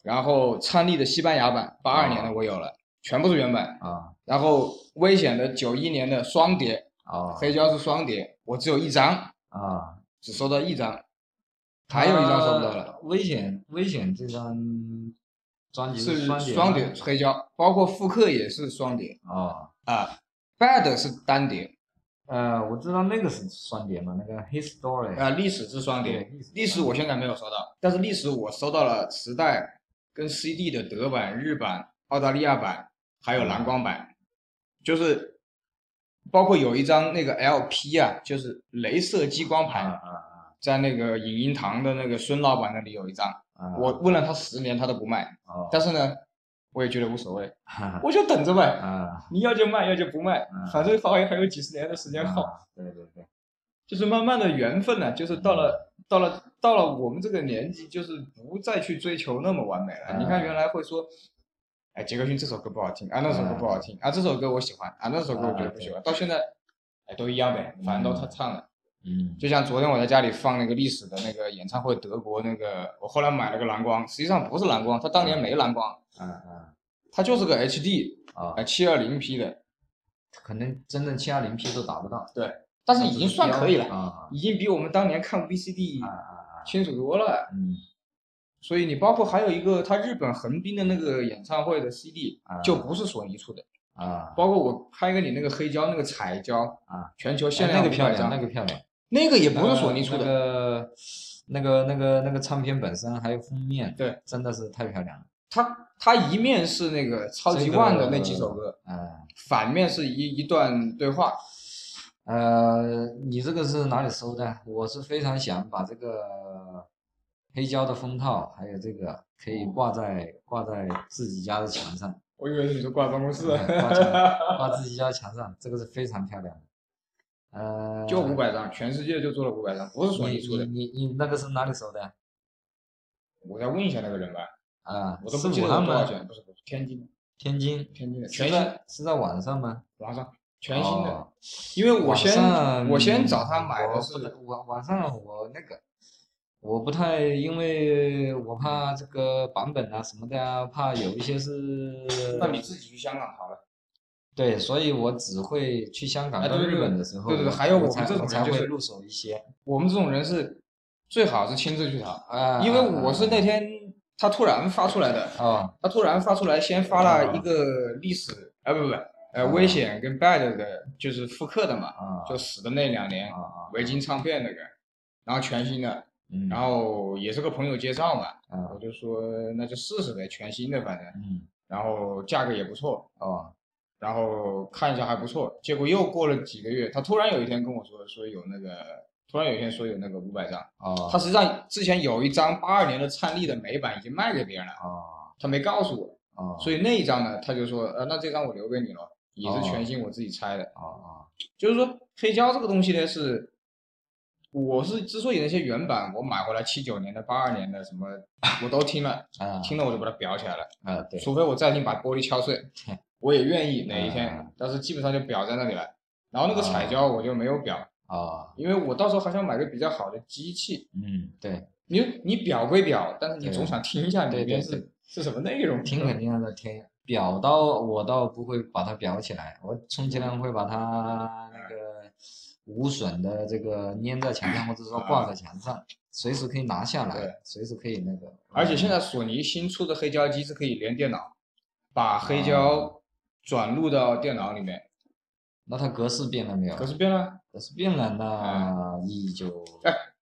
A: 然后灿丽的西班牙版82年的我有了，全部是原版。
B: 啊
A: 然后危险的91年的双碟
B: 哦
A: 黑胶是双碟，我只有一张，
B: 啊，
A: 只收到一张，还有一张收不到了，
B: 呃。危险，危险！这张专辑
A: 是
B: 呃双碟吗，
A: 双碟黑胶，包括复刻也是双碟
B: 哦。
A: 啊。Bad 是单碟
B: 呃，我知道那个是双碟嘛，那个《His Story》
A: 啊，历史是双碟
B: 对，历史
A: 历史我现在没有收到，但是历史我收到了磁带跟 CD 的德版、日版、澳大利亚版，还有蓝光版，就是包括有一张那个 LP 啊，就是镭射激光
B: 啊
A: 盘，
B: 啊啊
A: 在那个影音堂的那个孙老板那里有一张，
B: 啊！
A: 我问了他十年他都不卖，
B: 哦
A: 但是呢，我也觉得无所谓，
B: 哈哈
A: 我就等着呗。
B: 啊
A: 你要就卖，要就不卖
B: 嗯，
A: 反正还还有几十年的时间耗，
B: 啊，对对对，
A: 就是慢慢的缘分呢、就是到了到了到了我们这个年纪，就是不再去追求那么完美了。
B: 嗯
A: 你看原来会说，哎，杰克逊这首歌不好听啊，那首歌不好听啊，这首歌我喜欢啊，那首歌我觉得不喜欢，到现在，哎，都一样呗，反正都他唱了。
B: 嗯
A: 就像昨天我在家里放那个历史的那个演唱会，德国那个，我后来买了个蓝光，实际上不是蓝光，它当年没蓝光，
B: 啊啊
A: 它就是个 HD，
B: 啊
A: 哎，，七二零 P 的，
B: 可能真正七二零 P 都达不到，
A: 但是已经算可以了。
B: 啊
A: 已经比我们当年看 VCD
B: 啊啊啊！
A: 清楚多了。
B: 嗯
A: 所以你包括还有一个他日本横滨的那个演唱会的 CD，
B: 啊
A: 就不是索尼出的，
B: 啊，
A: 包括我拍给你那个黑胶那个彩胶
B: 啊，
A: 全球限
B: 哎
A: 量
B: 那个漂
A: 500张
B: 亮，那个漂亮，
A: 那个也不是索尼出
B: 那
A: 的，
B: 个那个那个那个唱片本身还有封面，
A: 对，
B: 真的是太漂亮了，
A: 它它一面是那个超级万的那几首歌，
B: 嗯
A: 反面是一一段对话，
B: 呃，你这个是哪里搜的？我是非常想把这个黑胶的封套，还有这个可以挂在挂在自己家的墙上，
A: 我以为你是挂办公室，
B: 挂墙挂自己家墙上，这个是非常漂亮的。呃，
A: 就五百张，全世界就做了五百张，不是索
B: 你
A: 尼出
B: 你
A: 的。
B: 你你那个是哪里搜的？
A: 我再问一下那个人吧，
B: 啊，
A: 我都
B: 是
A: 不记
B: 武
A: 得
B: 汉
A: 多少
B: 吗？
A: 钱，不是不是天津的，
B: 天津
A: 天津的，全
B: 是
A: 新
B: 在是在网上吗？
A: 网上全新的。
B: 哦
A: 因为我
B: 网
A: 先
B: 上
A: 我先找他买
B: 我
A: 的
B: 不太
A: 是
B: 网网上我那个我不太，因为我怕这个版本啊什么的啊，怕有一些是，
A: 那你自己去香港好了。
B: 对，所以我只会去香港
A: 哎
B: 跟
A: 对对
B: 日本
A: 对
B: 的时候，
A: 对对
B: 我
A: 还有
B: 我
A: 我
B: 才
A: 们这种
B: 才
A: 人就
B: 会
A: 是
B: 入手一些
A: 我们这种人是最好是亲自去淘，
B: 啊，
A: 因为
B: 啊
A: 我是那天他突然发出来的，
B: 啊
A: 他突然发出来，先发了一个历史，啊不不，
B: 嗯
A: 呃危险跟 bad 的，就是复刻的嘛，
B: 啊
A: 就死的那两年
B: 啊啊，
A: 维京唱片那个，然后全新的，
B: 嗯
A: 然后也是个朋友介绍嘛，
B: 啊
A: 我就说那就试试呗，全新的反正，
B: 嗯
A: 然后价格也不错，
B: 哦
A: 然后看一下还不错，结果又过了几个月，他突然有一天跟我说，说有那个，突然有一天说有那个五百张，
B: 哦
A: 他实际上之前有一张八二年的灿丽的美版已经卖给别人了，
B: 哦
A: 他没告诉我，
B: 哦
A: 所以那一张呢，他就说，呃，那这张我留给你了，也是
B: 哦
A: 全新我自己拆的，
B: 哦哦
A: 就是说黑胶这个东西呢是，我是之所以那些原版我买回来七九年的、八二年的什么我都听了，
B: 啊
A: 听了我就把它裱起来了。
B: 啊对
A: 除非我再听把玻璃敲碎，我也愿意哪一天
B: 啊，
A: 但是基本上就裱在那里了。然后那个彩胶我就没有裱，
B: 哦
A: 因为我到时候还想买个比较好的机器。
B: 嗯对，
A: 你你裱归裱，但是你总想听一下
B: 对
A: 里
B: 对
A: 面
B: 对
A: 是是什么内容。
B: 听肯定要在听。表到我倒不会把它裱起来，我充其量会把它那个无损的这个粘在墙上，或者说挂在墙上，随时可以拿下
A: 对
B: 来，随时可以那个。嗯
A: 而且现在索尼新出的黑胶机是可以连电脑，把黑
B: 啊
A: 胶转录到电脑里面。
B: 那它格式变了没有？
A: 可是变了，
B: 格式变了，
A: 啊
B: 那意义就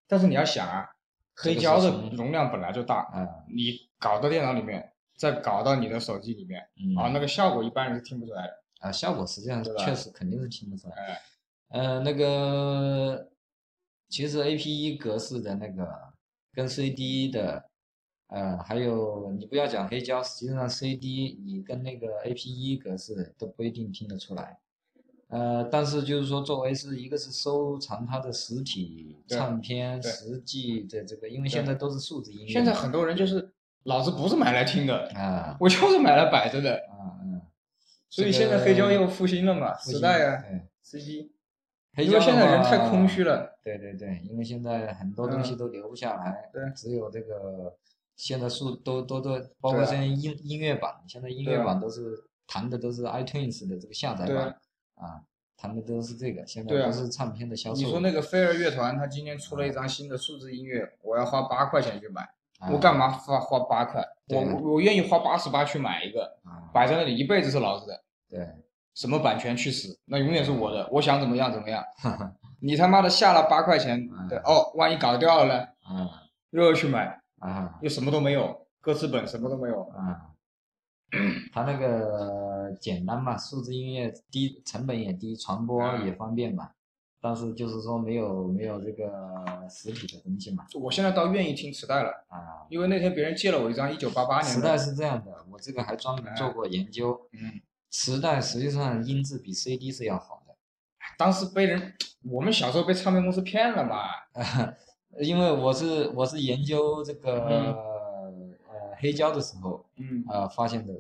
A: 但是你要想啊，黑
B: 这个
A: 胶
B: 是
A: 的
B: 从
A: 容量本来就大，
B: 啊
A: 你搞到电脑里面，再搞到你的手机里面，
B: 嗯
A: 啊，那个效果一般人是听不出来的。
B: 啊，效果实际上
A: 对吧
B: 确实肯定是听不出来。
A: 哎
B: 呃，那个其实 A P E 格式的那个跟 C D 的，呃，还有你不要讲黑胶，实际上 C D 你跟那个 A P E 格式都不一定听得出来。呃，但是就是说，作为是一个是收藏它的实体
A: 对
B: 唱片、
A: 对
B: 实际的这个，因为
A: 对
B: 现在都是数字音乐嘛，
A: 现在很多人就是，老子不是买来听的，
B: 啊
A: 我就是买来摆着的。
B: 啊嗯，
A: 所以
B: 这
A: 现在黑胶
B: 个
A: 又复兴了嘛，
B: 不
A: 时
B: 行
A: 代啊
B: 对
A: ，CD，
B: 黑
A: 因
B: 胶
A: 为
B: 的
A: 现在人太
B: 话
A: 空虚了。
B: 对对对，因为现在很多东西
A: 嗯
B: 都留不下来，
A: 对
B: 只有这个现在数都都都，包
A: 对
B: 括
A: 啊
B: 现在音音乐版，现在音
A: 对
B: 乐
A: 啊
B: 版都是弹的都是 iTunes 的这个下载
A: 对啊
B: 版啊，谈的都是这个，现
A: 对
B: 在
A: 啊
B: 都是唱片的销售。
A: 你说那个飞儿乐团，他今天出了一张新的数字音乐，我要花八块钱去买，
B: 啊
A: 我干嘛花花八块？我
B: 对
A: 我我愿意花八十八去买一个，
B: 啊？
A: 摆在那里一辈子是老子的，
B: 对，
A: 什么版权去死，那永远是我的，我想怎么样怎么样。你他妈的下了八块钱
B: 嗯
A: 的哦，万一搞掉了呢，
B: 啊
A: 又要去买，
B: 啊
A: 又什么都没有，歌词本什么都没有。
B: 啊！他那个简单嘛，数字音乐低，成本也低，传播
A: 啊
B: 也方便嘛。但是就是说没有没有这个实体的东西嘛
A: 我现在倒愿意听磁带了，
B: 啊。
A: 因为那天别人借了我一张一九八八年
B: 磁
A: 的，
B: 带是这样的，我这个还专门做过研究，
A: 嗯，
B: 磁带实际上音质比 CD 是要好的。
A: 当时被人，我们小时候被唱片公司骗了嘛，
B: 因为我是我是研究这个、呃黑胶的时候
A: 嗯
B: 呃发现的，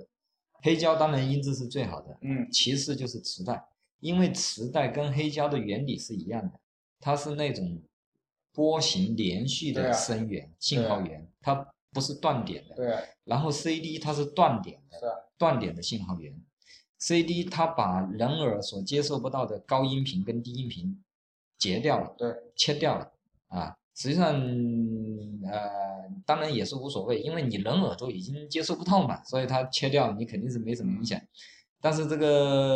B: 黑胶当然音质是最好的，
A: 嗯
B: 其次就是磁带，因为磁带跟黑胶的原理是一样的，它是那种波形连续
A: 对
B: 的
A: 啊
B: 声源、信
A: 对
B: 号
A: 啊
B: 源，它不是断点的。
A: 对啊，
B: 然后 CD 它是断点的，
A: 是啊
B: 断点的信号源。CD 它把人耳所接受不到的高音频跟低音频截掉了，
A: 对，
B: 切掉了啊。实际上，呃，当然也是无所谓，因为你人耳朵已经接受不到嘛，所以它切掉你肯定是没什么影响。
A: 嗯
B: 但是这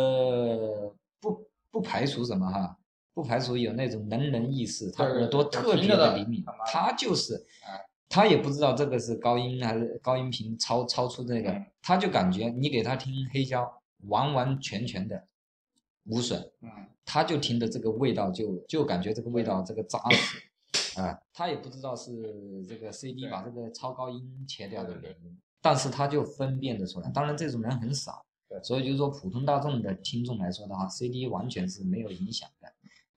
B: 个不不排除什么哈，不排除有那种能人异士，他
A: 对对
B: 耳朵
A: 对
B: 特
A: 听
B: 别
A: 着
B: 的
A: 的
B: 灵敏
A: 他妈，的
B: 他就是
A: 哎
B: 他也不知道这个是高音还是高音频超超出那个
A: 嗯，
B: 他就感觉你给他听黑胶，完完全全的无损，
A: 嗯，
B: 他就听的这个味道就就感觉这个味道这个扎实。 啊、他也不知道是这个 CD
A: 对
B: 把这个超高音切掉的
A: 对对
B: 原因，但是他就分辨得出来。当然，这种人很少，
A: 对
B: 所以就是说普通大众的听众来说的话，CD 完全是没有影响的。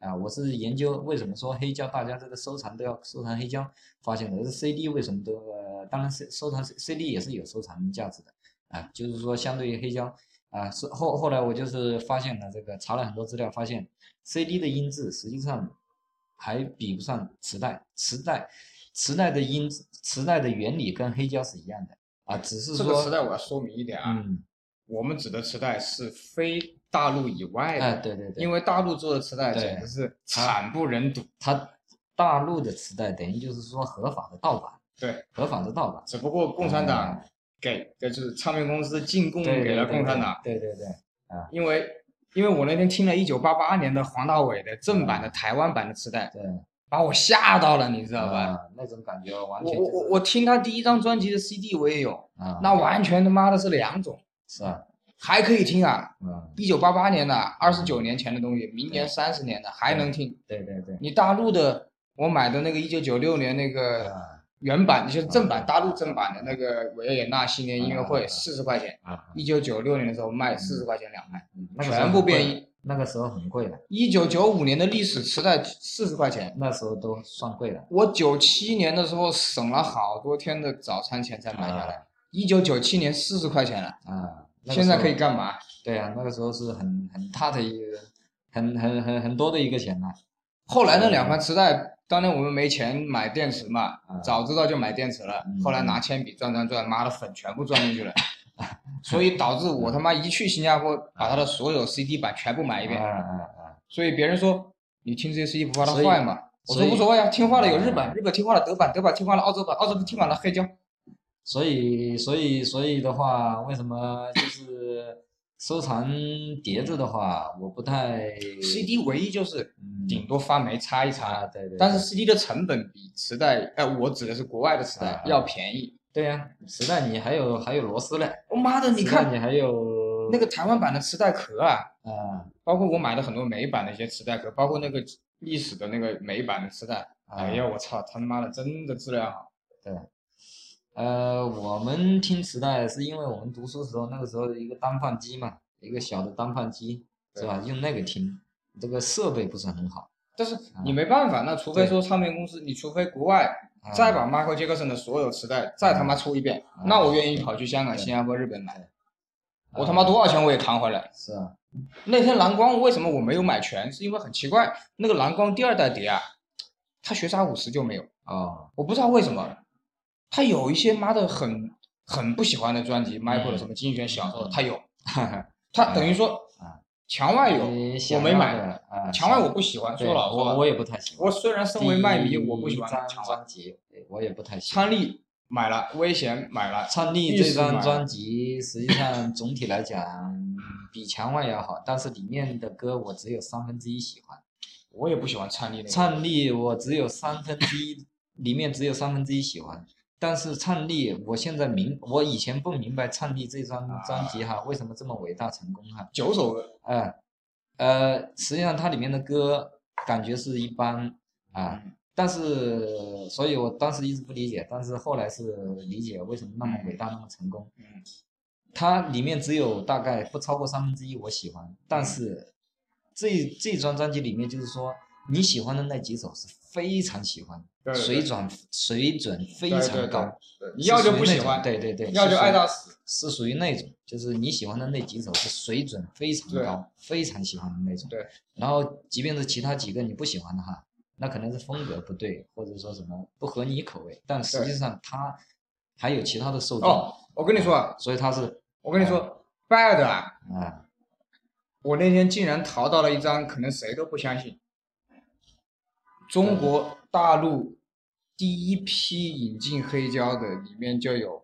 B: 啊，我是研究为什么说黑胶，大家这个收藏都要收藏黑胶，发现的。而 CD 为什么都，呃、当然是收藏 CD 也是有收藏价值的，啊，就是说相对于黑胶，啊，是后后来我就是发现了这个，查了很多资料，发现 CD 的音质实际上还比不上磁带，磁带磁带的音质，磁带的原理跟黑胶是一样的，啊，只是
A: 这个
B: 说，
A: 磁带我要说明一点啊，
B: 嗯，
A: 我们指的磁带是非大陆以外的，
B: 哎，对对对，
A: 因为大陆做的磁带
B: 对
A: 简直是惨不忍睹。
B: 它大陆的磁带等于就是说合法的盗版，
A: 对，
B: 合法的盗版。
A: 只不过共产党给，这就是唱片公司进贡
B: 嗯对
A: 给了共产党，，
B: 对对对对对，
A: 因为因为我那天听了一九八八年的黄大炜的正版的台湾版的磁带，
B: 对对，
A: 把我吓到了，你知
B: 知
A: 道吧？
B: 那种感觉完
A: 我
B: 全
A: 我
B: 就是
A: 我我听他第一张专辑的 CD 我也有，
B: 啊，
A: 那完全他妈的是两种，
B: 是啊，
A: 还可以听啊！
B: 嗯，
A: 一九八八年的，二十九年前的东西，明年三十年的还能听。
B: 对对对，
A: 你大陆的，我买的那个一九九六年那个
B: 啊
A: 原版，就是正版
B: 嗯
A: 大陆正版的那个维也纳新年音乐
B: 嗯嗯
A: 会，
B: 嗯
A: 四十块钱。
B: 啊，
A: 一九九六年的时候卖四十块钱两盘，
B: 那个时候
A: 全部
B: 很贵
A: 变
B: 的，
A: 异。
B: 那个时候很贵的，
A: 一九九五年的历史磁带四十块钱，
B: 那时候都算贵了，
A: 我九七年的时候省了好多天的早餐钱才买下来。一九九七年四十块钱了，
B: 啊，那个
A: 现在
B: 时候
A: 可以干嘛？
B: 对啊，那个时候是很很大的一个，很很很很多的一个钱呐，
A: 后来那两盘磁带，当年我们没钱买电池嘛
B: 嗯，
A: 早知道就买电池了
B: 嗯。
A: 后来拿铅笔转转转，妈的粉全部转进去了， 所以导致我他妈一去新加坡，把他的所有 CD 版全部买一遍。
B: 啊啊
A: 所以别人说你听这些 CD 不怕它
B: 所以
A: 坏嘛？我
B: 所
A: 说
B: 以
A: 无所谓啊，听话的有日
B: 嗯
A: 本，日本听话了德版，德版听话了澳洲版，澳洲听完了黑胶。
B: 所以，所以，所以的话，为什么就是收藏碟子的话，我不太
A: CD 唯一就是
B: 嗯
A: 顶多发霉擦一擦，
B: 啊，对对，
A: 但是
B: 对
A: CD 的成本比磁带，哎，我指的是国外的磁带
B: 啊
A: 要便宜。
B: 对呀、磁带你还有还有螺丝嘞，
A: 我妈的，你
B: 磁带
A: 看
B: 你还有
A: 那个台湾版的磁带壳啊，
B: 啊
A: 包括我买的很多美版的一些磁带壳，包括那个历史的那个美版的磁带。
B: 啊
A: 哎呀，我操，他妈的，真的质量好。
B: 呃，我们听磁带是因为我们读书时候那个时候的一个单放机嘛，一个小的单放机是吧？用那个听，这个设备不是很好，
A: 但是你没办法，那除非说唱片公司，你除非国外
B: 啊
A: 再把 Michael Jackson 的所有磁带再他妈出一遍
B: 啊，
A: 那我愿意跑去香港、
B: 对
A: 新加坡、日本
B: 对啊
A: 买。我他妈多少钱我也扛回来。
B: 是啊
A: 那天蓝光为什么我没有买全？是因为很奇怪，那个蓝光第二代碟啊，它雪莎五十就没有，
B: 哦
A: 我不知道为什么。它有一些妈的很很不喜欢的专辑，Michael 的什么精选小说，
B: 嗯
A: 它有。
B: 哈哈
A: 它等于说
B: 啊，
A: 墙外有，
B: 你
A: 我
B: 想
A: 没
B: 要
A: 买
B: 的啊，
A: 墙外我不喜欢，
B: 对
A: 说老实话
B: 我我也不太喜欢。
A: 我虽然身为卖迷，
B: 第
A: 我不喜欢
B: 一张
A: 墙外。
B: 专辑，对我也不太喜欢。
A: 参力买了，危险买了，
B: 唱力
A: 意
B: 这
A: 识
B: 张
A: 嘛
B: 专辑，实际上总体来讲比墙外要好，但是里面的歌我只有三分之一喜欢。
A: 我也不喜欢参力那个。
B: 唱力我只有三分之一，里面只有三分之一喜欢。但是唱力，我现在明，我以前不明白唱力这张专辑哈，为什么这么伟大成功哈？
A: 九首歌，
B: 嗯，呃，实际上它里面的歌感觉是一般啊，但是所以我当时一直不理解，但是后来是理解为什么那么伟大，那么成功。
A: 嗯，
B: 它里面只有大概不超过三分之一我喜欢，
A: 嗯
B: 但是这这张专辑里面就是说你喜欢的那几首是非常喜欢，
A: 对对
B: 水准水准非
A: 对
B: 常
A: 对
B: 高，
A: 对你要就不喜欢，
B: 是属于那种对对对，
A: 要就是
B: 属于
A: 爱到死。
B: 是属于那种，就是你喜欢的那几首是水准非常
A: 对
B: 高，非常喜欢的那种。
A: 对。
B: 然后，即便是其他几个你不喜欢的哈，那可能是风格不对，或者说什么不合你口味，但实际上它还有其他的受众。
A: 哦，我跟你说啊，
B: 所以它是
A: 我跟你
B: 嗯
A: 说，bad 啊，
B: 啊，
A: 我那天竟然淘到了一张，可能谁都不相信，中国大陆第一批引进黑胶的里面就有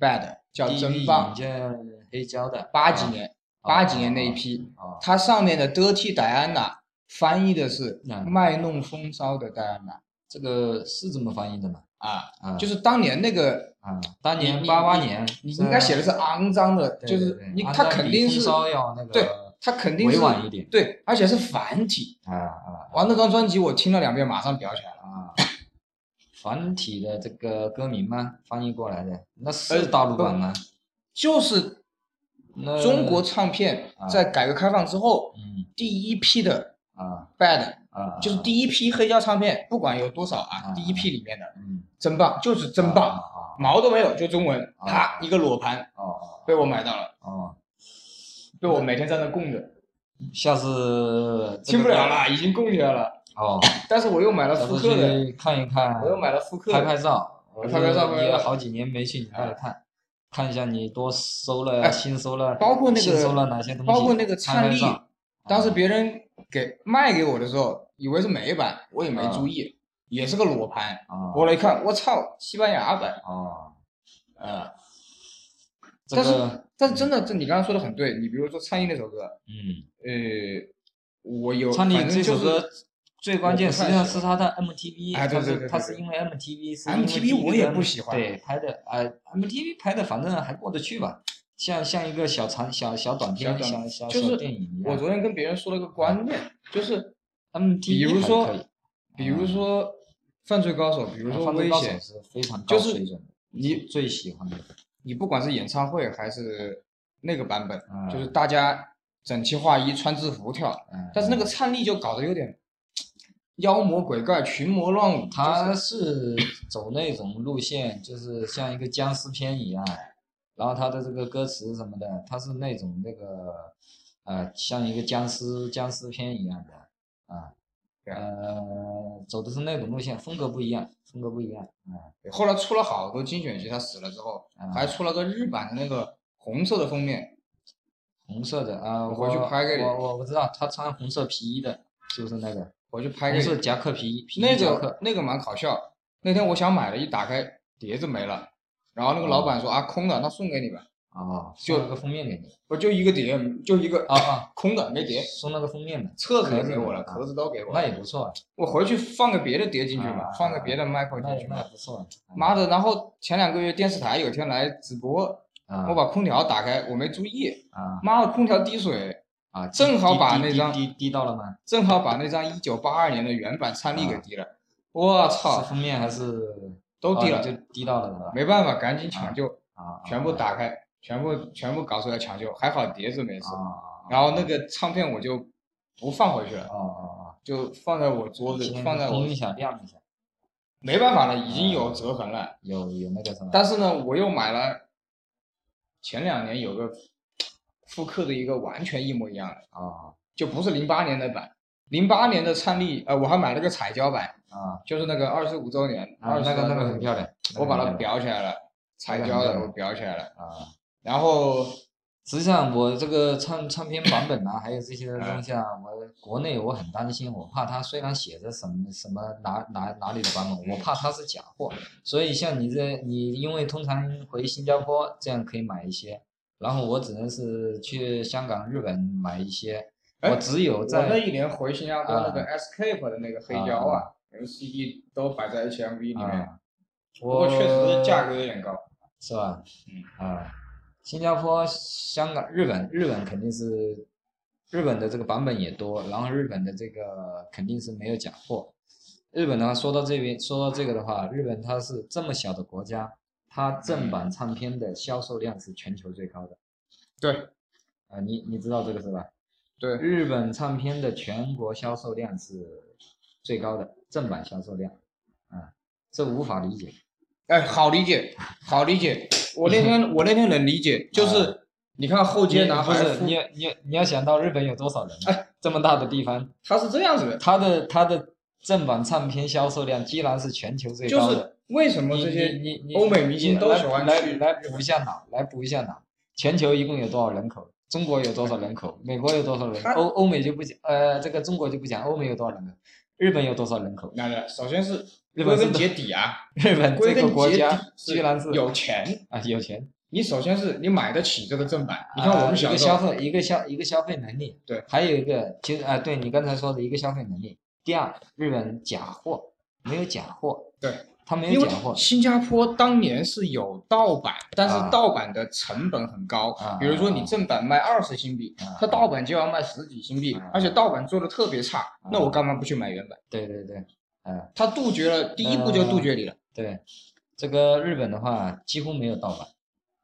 A: bad，叫
B: 地狱
A: 真
B: 引啊
A: 棒，
B: 荐黑胶的
A: 八几年，八几年那一
B: 批
A: 批，
B: 啊，
A: 它上面的 Dirty Diana 翻译的是
B: 嗯
A: 卖弄风骚的 Diana
B: 这个是这么翻译的嘛？
A: 啊，
B: 啊，
A: 就是当年那个
B: 啊，当年
A: 你
B: 八八年，
A: 你应该写的是肮脏的，
B: 对，
A: 就是
B: 对对
A: 你
B: 按
A: 它
B: 照
A: 肯
B: 比
A: 定
B: 风
A: 是
B: 骚要那个
A: 对它肯定
B: 委
A: 是
B: 婉一点
A: 对，而且是繁体。
B: 啊啊
A: 哇，那张专辑我听了两遍，马上裱起来了。
B: 啊，繁体的这个歌名吗？翻译过来的，那
A: 呃
B: 是大陆版吗？
A: 就是
B: 那
A: 中国，唱片
B: 啊
A: 在改革开放之后
B: 嗯
A: 第一批的
B: 啊
A: Bad，
B: 啊，
A: 就是第一批黑胶唱片，不管有多少啊，
B: 啊
A: 第一批里面的
B: 嗯，
A: 真棒，就是真
B: 啊
A: 棒，
B: 啊
A: 毛都没有，就中文，
B: 啊
A: 啪一个裸盘
B: 哦
A: 被我买到了。
B: 哦哦，
A: 被我每天在那供着，
B: 下次这
A: 听不
B: 个
A: 了了，已经供起来了。
B: 哦，
A: 但是我又买了
B: 下
A: 复
B: 次
A: 刻的，
B: 去看一看，
A: 我又买了复刻
B: 拍
A: 的。
B: 拍照，我
A: 拍拍照拍拍照
B: 也好几年没去你那里看，看一下你多收了
A: 哎
B: 新收了，
A: 包括那个
B: 新收了哪些东西，
A: 包括那个
B: 拍
A: 灿
B: 拍
A: 丽
B: 照啊
A: 当时别人给卖给我的时候，以为是美版，我也没注意，也是个裸盘。
B: 啊
A: 我来一看，我操，西班牙版。
B: 啊，
A: 啊！
B: 这
A: 但
B: 个
A: 是但是真的，这你刚刚说的很对。你比如说灿丽那首歌，
B: 嗯。
A: 呃，我有
B: 唱你
A: 反正
B: 这
A: 就
B: 首
A: 是
B: 歌最关键实际上是他的 MTV，
A: 哎对
B: 他
A: 对对
B: 是他
A: 对
B: 是
A: 对
B: 因为 MTV 是
A: MTV 我也不喜欢
B: 对拍的呃 MTV 拍的反正还过得去吧，像像一个小长小小短片
A: 小短
B: 小小
A: 就是
B: 小电影一
A: 我
B: 样。
A: 昨天跟别人说了个观念，就是比
B: MTV
A: 如
B: 还
A: 说
B: 可以，
A: 比如说《犯罪高手》，比如说《
B: 嗯啊犯罪
A: 危
B: 高手
A: 险》，
B: 是非常
A: 就
B: 高
A: 是
B: 水准的，
A: 你
B: 最喜欢的
A: 你不管是演唱会还是那个版本，
B: 嗯
A: 就是大家整齐划一穿制服跳，
B: 嗯，
A: 但是那个灿丽就搞得有点妖魔鬼怪、群魔乱舞，
B: 他是走那种路线，就是像一个僵尸片一样，然后他的这个歌词什么的，他是那种那个，呃，像一个僵尸僵尸片一样的，啊，
A: 对
B: 呃，走的是那种路线，风格不一样，风格不一样，啊，
A: 就是后来出了好多精选集，他死了之后，
B: 嗯
A: 还出了个日版的那个红色的封面，
B: 红色的啊，
A: 我
B: 我
A: 回去拍给你
B: 我我我知道，他穿红色皮衣的，是不是那个
A: 我去拍
B: 红
A: 给
B: 色
A: 你。
B: 夹克皮衣？皮衣
A: 那
B: 夹克
A: 个那个蛮搞笑。那天我想买了，一打开碟子没了，然后那个老板说
B: 哦
A: 啊空的，那送给你吧。
B: 啊，
A: 就
B: 送了个封面给你
A: 我就一个碟，就一个
B: 啊啊，
A: 空的没碟，
B: 送了个封面的，
A: 册子也
B: 壳
A: 给
B: 的
A: 我了，
B: 啊
A: 壳子都给我了
B: 那。也不错啊。
A: 我回去放个别的碟进去嘛，
B: 啊
A: 放个别的 Michael
B: 那
A: 进
B: 也
A: 去
B: 那
A: 嘛
B: 也。不错。
A: 妈的！然后前两个月电视台有天来直播，
B: 啊，
A: 我把空调打开，我没注意，
B: 啊
A: 妈的，空调滴水，
B: 啊，
A: 正好把那张
B: 滴滴滴到了吗？
A: 正好把那张一九八二年的原版灿丽给滴了。我
B: 啊是
A: 操，
B: 封面还是
A: 都滴
B: 啊
A: 了
B: 就，滴到了是吧？
A: 没办法，赶紧抢救，
B: 啊，啊
A: 全部打开，全部全部搞出来抢救，还好碟子没事
B: 啊。啊，
A: 然后那个唱片我就不放回去
B: 啊
A: 了，
B: 啊
A: 就放在我桌
B: 啊，
A: 子，
B: 先
A: 放在我
B: 烘一下晾一下，
A: 没办法了，已经
B: 啊
A: 有折痕了。
B: 有有那个什么？
A: 但是呢，我又买了前两年有个复刻的一个完全一模一样的，
B: 啊
A: 就不是零八年的版。零八年的灿丽，呃，我还买了个彩胶版，
B: 啊啊，
A: 就是那个二十五周年，二
B: 那
A: 十
B: 个那个很漂亮，啊
A: 我把它
B: 裱
A: 裱起来了，彩胶
B: 那个
A: 的
B: 很
A: 我裱起来了。
B: 啊
A: 然后
B: 实际上，我这个唱唱片版本啊，还有这些东西啊，我国内我很担心，我怕它虽然写着什么什么哪哪哪里的版本，我怕它是假货。所以像你这，你因为通常回新加坡这样可以买一些，然后我只能是去香港、日本买一些。
A: 哎
B: 我只有
A: 我
B: 在
A: 那一年回新加坡那个
B: 啊
A: Escape 的那个黑胶啊，那个 CD 都摆在 HMV 里面，
B: 啊，
A: 不过
B: 我
A: 确实价格有点高。
B: 是吧？
A: 嗯
B: 啊，新加坡、香港、日本，日本肯定是日本的这个版本也多，然后日本的这个肯定是没有假货。日本的话，说到这边，说到这个的话，日本它是这么小的国家，它正版唱片的销售量是全球最高的
A: 对
B: 啊、你你知道这个是吧？
A: 对，
B: 日本唱片的全国销售量是最高的，正版销售量，啊，这无法理解。
A: 哎，好理解，好理解。我那天我那天能理解，就是你看后街男
B: 不
A: 孩
B: 是
A: 夫
B: 啊
A: 哎
B: 你，你你要想到日本有多少人、啊，这么大的地方，
A: 他是这样子的，
B: 它的它的正版唱片销售量居然是全球最
A: 就
B: 高
A: 是
B: 的。
A: 为什么
B: 你
A: 这
B: 你
A: 些
B: 你你
A: 欧美明星
B: 你
A: 都
B: 来
A: 喜欢
B: 来
A: 去
B: 来补一下脑，来补一下脑。全球一共有多少人口？中国有多少人口？美国有多少人口？
A: 它
B: 欧欧美就不讲，呃，这个中国就不讲，欧美有多少人口？日本有多少人口？
A: 那那首先是
B: 日
A: 归
B: 本是
A: 根结底啊，
B: 日本
A: 归
B: 这
A: 根
B: 个国
A: 结底
B: 家居然是
A: 有钱。
B: 啊有钱，
A: 你首先是你买得起这个正版，你看我
B: 啊
A: 们
B: 一
A: 小
B: 个
A: 时候
B: 消费，一个消一个消费能力，
A: 对，
B: 还有一个其实啊，对你刚才说的一个消费能力。第二，日本假货没有假货，
A: 对，
B: 他没
A: 因
B: 有
A: 为
B: 假货，
A: 新加坡当年是有盗版，但是
B: 啊
A: 盗版的成本很高，
B: 啊
A: 比如说你正版卖二十新币，
B: 啊
A: 它盗版就要卖十几新币，
B: 啊
A: 而且盗版做的特别差，那我干嘛不去买原版？
B: 对对对，嗯，
A: 他杜绝了第一步就杜绝你了，
B: 对，这个日本的话几乎没有盗版，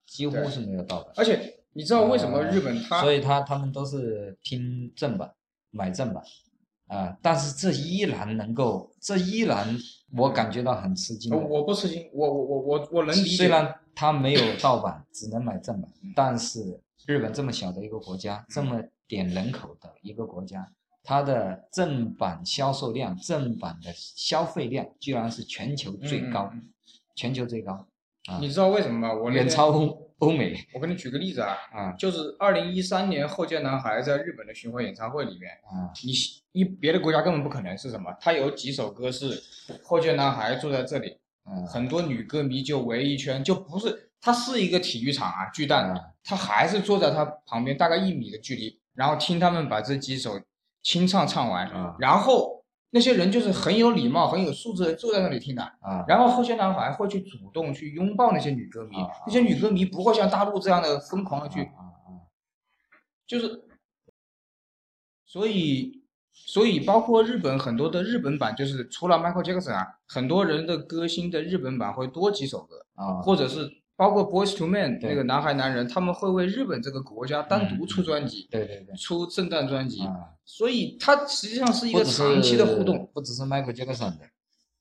B: 几乎
A: 对
B: 是没有盗版，
A: 而且你知道为什么日本它
B: 啊所以他他们都是拼正版，买正版，啊，但是这依然能够，这依然我感觉到很吃惊的
A: 呃我。我不吃惊，我我我我我能理
B: 虽
A: 解，
B: 然它没有盗版，只能买正版，但是日本这么小的一个国家，这么点人口的一个国家，它的正版销售量、正版的消费量居然是全球最高，
A: 嗯
B: 全球最高，啊
A: 你知道为什么吗？我那
B: 远
A: 天
B: 超欧欧美
A: 我给你举个例子啊，
B: 啊
A: 就是二零一三年后街男孩在日本的巡回演唱会里面。
B: 啊
A: 你一别的国家根本不可能是什么？他有几首歌是后街男孩住在这里，
B: 啊！
A: 很多女歌迷就围一圈，就不是它是一个体育场啊，巨蛋
B: 啊，
A: 他还是坐在他旁边大概一米的距离，然后听他们把这几首清唱唱完，
B: 啊
A: 然后那些人就是很有礼貌、很有素质的坐在那里听的。
B: 啊
A: 然后后街男孩会去主动去拥抱那些女歌迷
B: 啊，
A: 那些女歌迷不会像大陆这样的疯狂的去
B: 啊啊
A: 就是，所以，所以包括日本很多的日本版，就是除了 Michael Jackson 啊，很多人的歌星的日本版会多几首歌，
B: 啊！
A: 或者是包括 Boys to Men
B: 对
A: 那个男孩男人，他们会为日本这个国家单独出专辑，
B: 对对对
A: 出圣诞专辑，
B: 啊！
A: 所以它实际上是一
B: 不
A: 个
B: 只是
A: 长期的互动，
B: 不只是 Michael Jackson 的，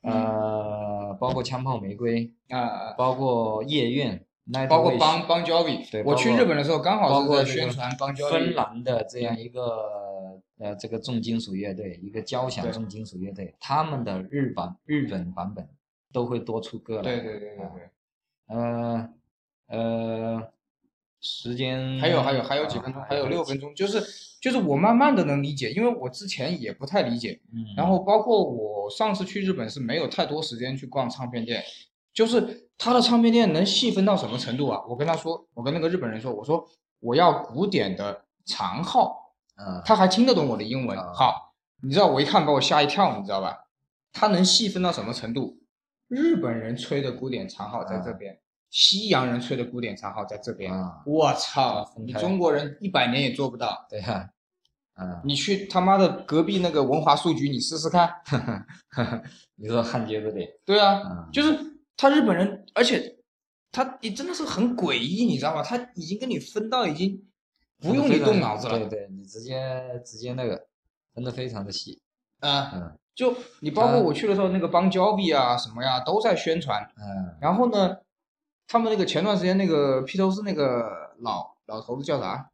A: 嗯
B: 呃，包括枪炮玫瑰，
A: 啊、
B: 包括夜愿，
A: 包括
B: Nightwish
A: 邦邦交比
B: 对，
A: 我去
B: 包括
A: 日本的时候刚
B: 包
A: 好是
B: 括
A: 在
B: 这个
A: 宣传邦交
B: 芬
A: 比，
B: 兰的这
A: 嗯
B: 样一个呃这个重金属乐队，一个交响
A: 对
B: 重金属乐队，他们的日版日本版本都会多出歌来。
A: 对对对对
B: 啊
A: 对，
B: 呃呃，时间
A: 还有还有还有几
B: 啊
A: 分钟，还有六分钟，就是就是我慢慢的能理解，因为我之前也不太理解，
B: 嗯，
A: 然后包括我上次去日本是没有太多时间去逛唱片店，就是他的唱片店能细分到什么程度啊？我跟他说，我跟那个日本人说，我说我要古典的长号，
B: 嗯
A: 他还听得懂我的英文。
B: 啊
A: 好，你知道我一看把我吓一跳，你知道吧？他能细分到什么程度？日本人吹的古典长号在这边，西洋人吹的古典长号在这边。
B: 啊，
A: 我
B: 啊
A: 操！
B: 分
A: 你
B: 开
A: 中国人一百年也做不到。
B: 对啊，嗯，
A: 你去他妈的隔壁那个文华书局，你试试看。
B: 你说焊接的对，
A: 对啊，
B: 嗯，
A: 就是他日本人，而且他你真的是很诡异，你知道吗？他已经跟你分到已经不用你动脑子
B: 对
A: 了
B: 对，你直接直接那个分的非常的细，
A: 啊。
B: 嗯
A: 就你包括我去的时候，那个邦交比啊什么呀都在宣传。
B: 嗯
A: 然后呢，他们那个前段时间那个披头士那个老老头子叫啥？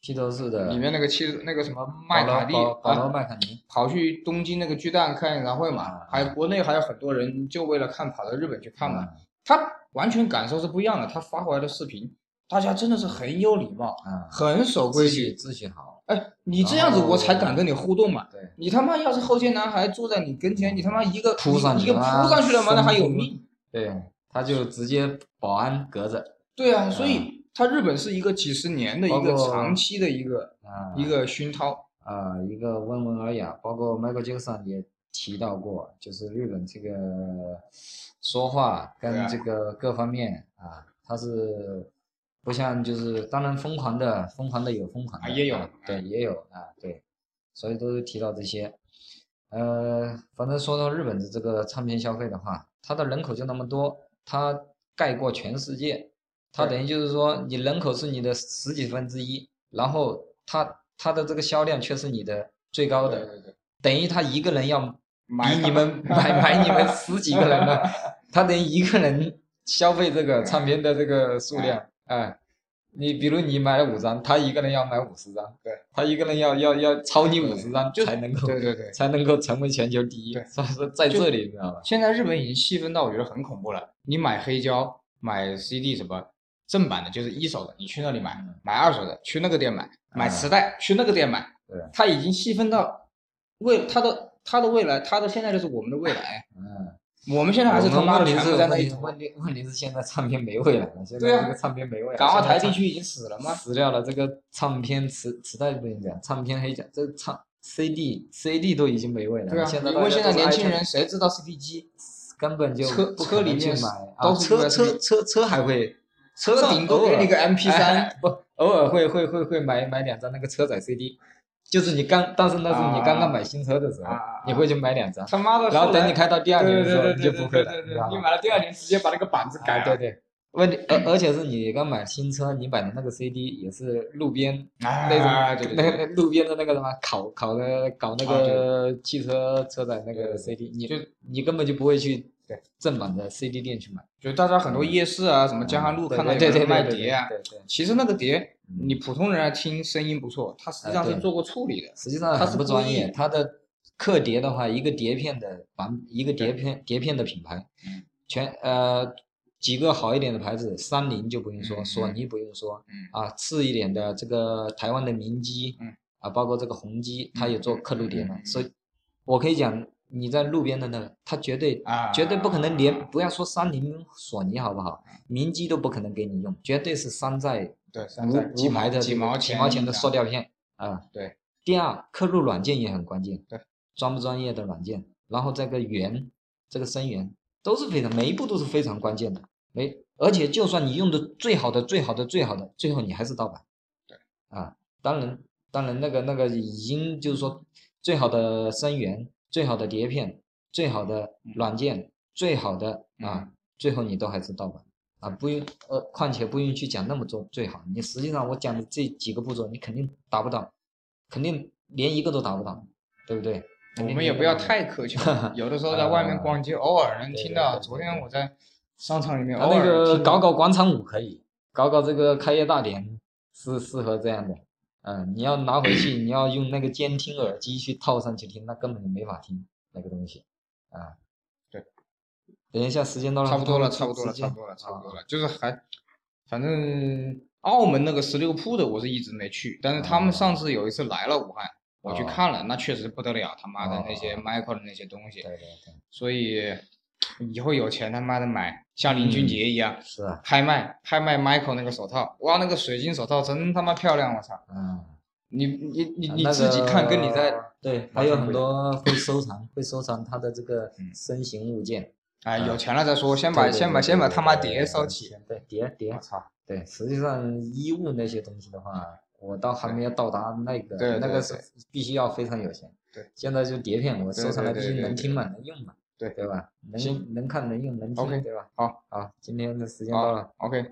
B: 披头士的
A: 里面那个妻子那个什么
B: 呃保
A: 麦
B: 罗
A: 卡利
B: 保保罗
A: 啊，
B: 麦卡尼
A: 跑去东京那个巨蛋看演唱会嘛
B: 啊，
A: 还有国内还有很多人就为了看跑到日本去看嘛。
B: 嗯
A: 他完全感受是不一样的，他发回来的视频大家真的是很有礼貌，
B: 啊，
A: 很守规
B: 秩序
A: 矩。
B: 秩序好，
A: 哎，你这样子我才敢跟你互动嘛。
B: 对，
A: 你他妈要是后街男孩坐在你跟前，你他妈一个
B: 扑上去
A: 一个
B: 啊
A: 扑上去了吗？那还有
B: 疯
A: 命？
B: 对，
A: 嗯
B: 他就直接保安隔着，
A: 对啊，所以它日本是一个几十年的一
B: 包
A: 个
B: 括
A: 长期的一个
B: 啊，
A: 一个熏陶。
B: 啊，一个温文尔雅，啊包括 Michael Jackson 也提到过，就是日本这个说话
A: 对啊
B: 跟这个各方面啊，他是不像就是当然疯狂的，疯狂的有疯狂的，
A: 啊也有
B: 啊对，也有啊，对，所以都是提到这些。呃，反正说到日本的这个唱片消费的话，它的人口就那么多，它盖过全世界，它
A: 对
B: 等于就是说你人口是你的十几分之一，然后它它的这个销量却是你的最高的，
A: 对，
B: 等于他一个人要
A: 买
B: 比
A: 它
B: 你 们买买你们十几个人呢，他等于一个人消费这个唱片的这个数量，哎。你比如你买了五张，他一个人要买五十张，
A: 对，
B: 他一个人要要要超你五十张
A: 就
B: 才能够
A: 对对对。
B: 才能够成为全球第一
A: 对。
B: 所以说在
A: 就
B: 这里，你知道吧？
A: 现在日本已经细分到我觉得很恐怖了。你买黑胶、买 CD 什么正版的，就是一手的，你去那里买
B: 嗯；
A: 买二手的，去那个店买；买磁带，去那个店买。
B: 对
A: 它已经细分到未它的它的未来，它的现在就是我们的未来。
B: 嗯，
A: 我们现在还是他妈
B: 我
A: 的
B: 们问题
A: 全
B: 是
A: 部在那一头。
B: 问题问题是现在唱片没未来了，现
A: 对
B: 在
A: 啊
B: 这个唱片没未来。
A: 港澳
B: 现在
A: 台地
B: 唱
A: 区已经死了吗？
B: 死掉了，这个唱片磁磁带不能讲，唱片黑讲，这唱 CD CD 都已经没味了。
A: 对啊，
B: 现在
A: 因为现在年轻人
B: iTunes
A: 谁知道 CD 机？
B: 根本就
A: 车
B: 不可
A: 车里
B: 能去
A: 面
B: 买
A: 都
B: 啊，
A: 是
B: 车
A: USB
B: 车车车 还会，
A: 车顶多给你个 MP 三，
B: 哎不偶尔会会会会买买两张那个车载 CD，就是你刚，但是那是你刚刚买新车的时候
A: 啊啊啊，
B: 你会去买两张，
A: 他妈的！
B: 然后等你
A: 看
B: 开到第
A: 第
B: 二年
A: 对
B: 的时候
A: 对
B: 你
A: 对
B: 就
A: 对
B: 不
A: 对对
B: 会了，
A: 对
B: 你
A: 对
B: 知道
A: 你
B: 吗？
A: 买了第二年直接把那个板子改
B: 啊，
A: 了。
B: 对对，问题而而且是你刚买新车，你买的那个 CD 也是路边
A: 哎
B: 那种、
A: 对对
B: 那
A: 对
B: 那路边的那个什么烤烤的搞那
A: 啊
B: 个汽车车载那
A: 对对
B: 个
A: 对
B: CD，你
A: 就
B: 你根本就不会去
A: 对
B: 正版的 CD 店去买。
A: 就大家很多夜市啊，什么江汉路看到有
B: 嗯对
A: 人
B: 对对
A: 卖
B: 对对
A: 碟啊，
B: 对对，
A: 其实那个碟
B: 嗯
A: 你普通人来听声音不错，它实际上
B: 哎对
A: 是做过处理的。
B: 实际上
A: 它
B: 很
A: 是
B: 不
A: 故
B: 专
A: 意
B: 业，它的刻碟的话，一个碟片的版，一个碟片碟片的品牌
A: 嗯，
B: 全呃几个好一点的牌子，三菱就不用说，
A: 嗯
B: 索
A: 嗯
B: 尼不用说，
A: 嗯
B: 啊次一点的这个台湾的明基，
A: 嗯
B: 啊包括这个宏基，它也做刻录碟嘛
A: 嗯嗯嗯，嗯
B: 所以我可以讲，你在路边的那个，它绝对
A: 啊，
B: 绝对不可能连不要说三菱、索尼好不好，
A: 嗯
B: 明基都不可能给你用，绝对是山寨
A: 对山寨
B: 无无牌的
A: 几
B: 这个
A: 毛
B: 几
A: 钱
B: 毛钱的
A: 一张
B: 塑料片啊。
A: 对。
B: 第二，刻录软件也很关键。
A: 对。
B: 专不专业的软件，然后这个源，这个声源都是非常每一步都是非常关键的。没，而且就算你用的最好的、最好的、最好的，最后你还是盗版。
A: 对。
B: 啊，当然，当然，那个那个已经就是说，最好的声源、最好的碟片、最好的软件、最好的啊，最后你都还是盗版。啊，不用，呃，况且不用去讲那么多最好。你实际上我讲的这几个步骤，你肯定达不到，肯定连一个都达不到，对不对？肯
A: 我
B: 定
A: 们
B: 连
A: 也
B: 一
A: 不
B: 个
A: 要
B: 都达
A: 太苛 求了，有的时候在外面逛街，偶尔能听到。
B: 啊对对对对对
A: 昨天我在商场里面
B: 不
A: 偶
B: 到。他那
A: 尔
B: 个
A: 听到
B: 搞搞广场舞可以，搞搞这个开业大典是适合这样的。嗯，你要拿回去，你要用那个监听耳机去套上去听，那根本就没法听那个东西。啊，
A: 对。
B: 等一下，时间到了，
A: 差不多了，差不
B: 时
A: 多了，
B: 间
A: 差不多了，差不多
B: 啊
A: 了，就是还，反正澳门那个十六铺的我是一直没去，但是他们上次有一次来了武汉，我去
B: 哦
A: 看了，那确实不得了，他妈的那些
B: 哦
A: Michael 的那些东
B: 对
A: 西，
B: 对对，
A: 所以以后有钱他妈的买，像林俊杰一样
B: 是啊，
A: 拍卖拍卖 Michael 那个手套，哇，那个水晶手套真他妈漂亮，我操！
B: 嗯。
A: 你你你
B: 啊
A: 你
B: 那
A: 自己看，跟你在
B: 个啊对，
A: 马
B: 还有
A: 上
B: 很
A: 回
B: 多会收藏，会收藏他的这个
A: 嗯
B: 身形物件。
A: 哎
B: 啊
A: 有钱了再说，先把
B: 对对
A: 先
B: 对
A: 把
B: 对
A: 先把
B: 对
A: 他妈
B: 对
A: 碟
B: 对
A: 收起，
B: 先对，碟碟
A: 我。操！
B: 对，实际上衣物那些东西的话，我倒还
A: 对
B: 没有到达那个，
A: 对
B: 那
A: 对
B: 个是
A: 对
B: 必须要非常有钱。
A: 对，
B: 现在就碟片，我
A: 对
B: 收藏
A: 对
B: 了必
A: 对
B: 须
A: 对
B: 能
A: 对
B: 听嘛，能用嘛，
A: 对
B: 对吧？
A: 行
B: 能能看能用能听，
A: OK，
B: 对吧？
A: 好，
B: 好，今天的时间到了
A: 好。，OK。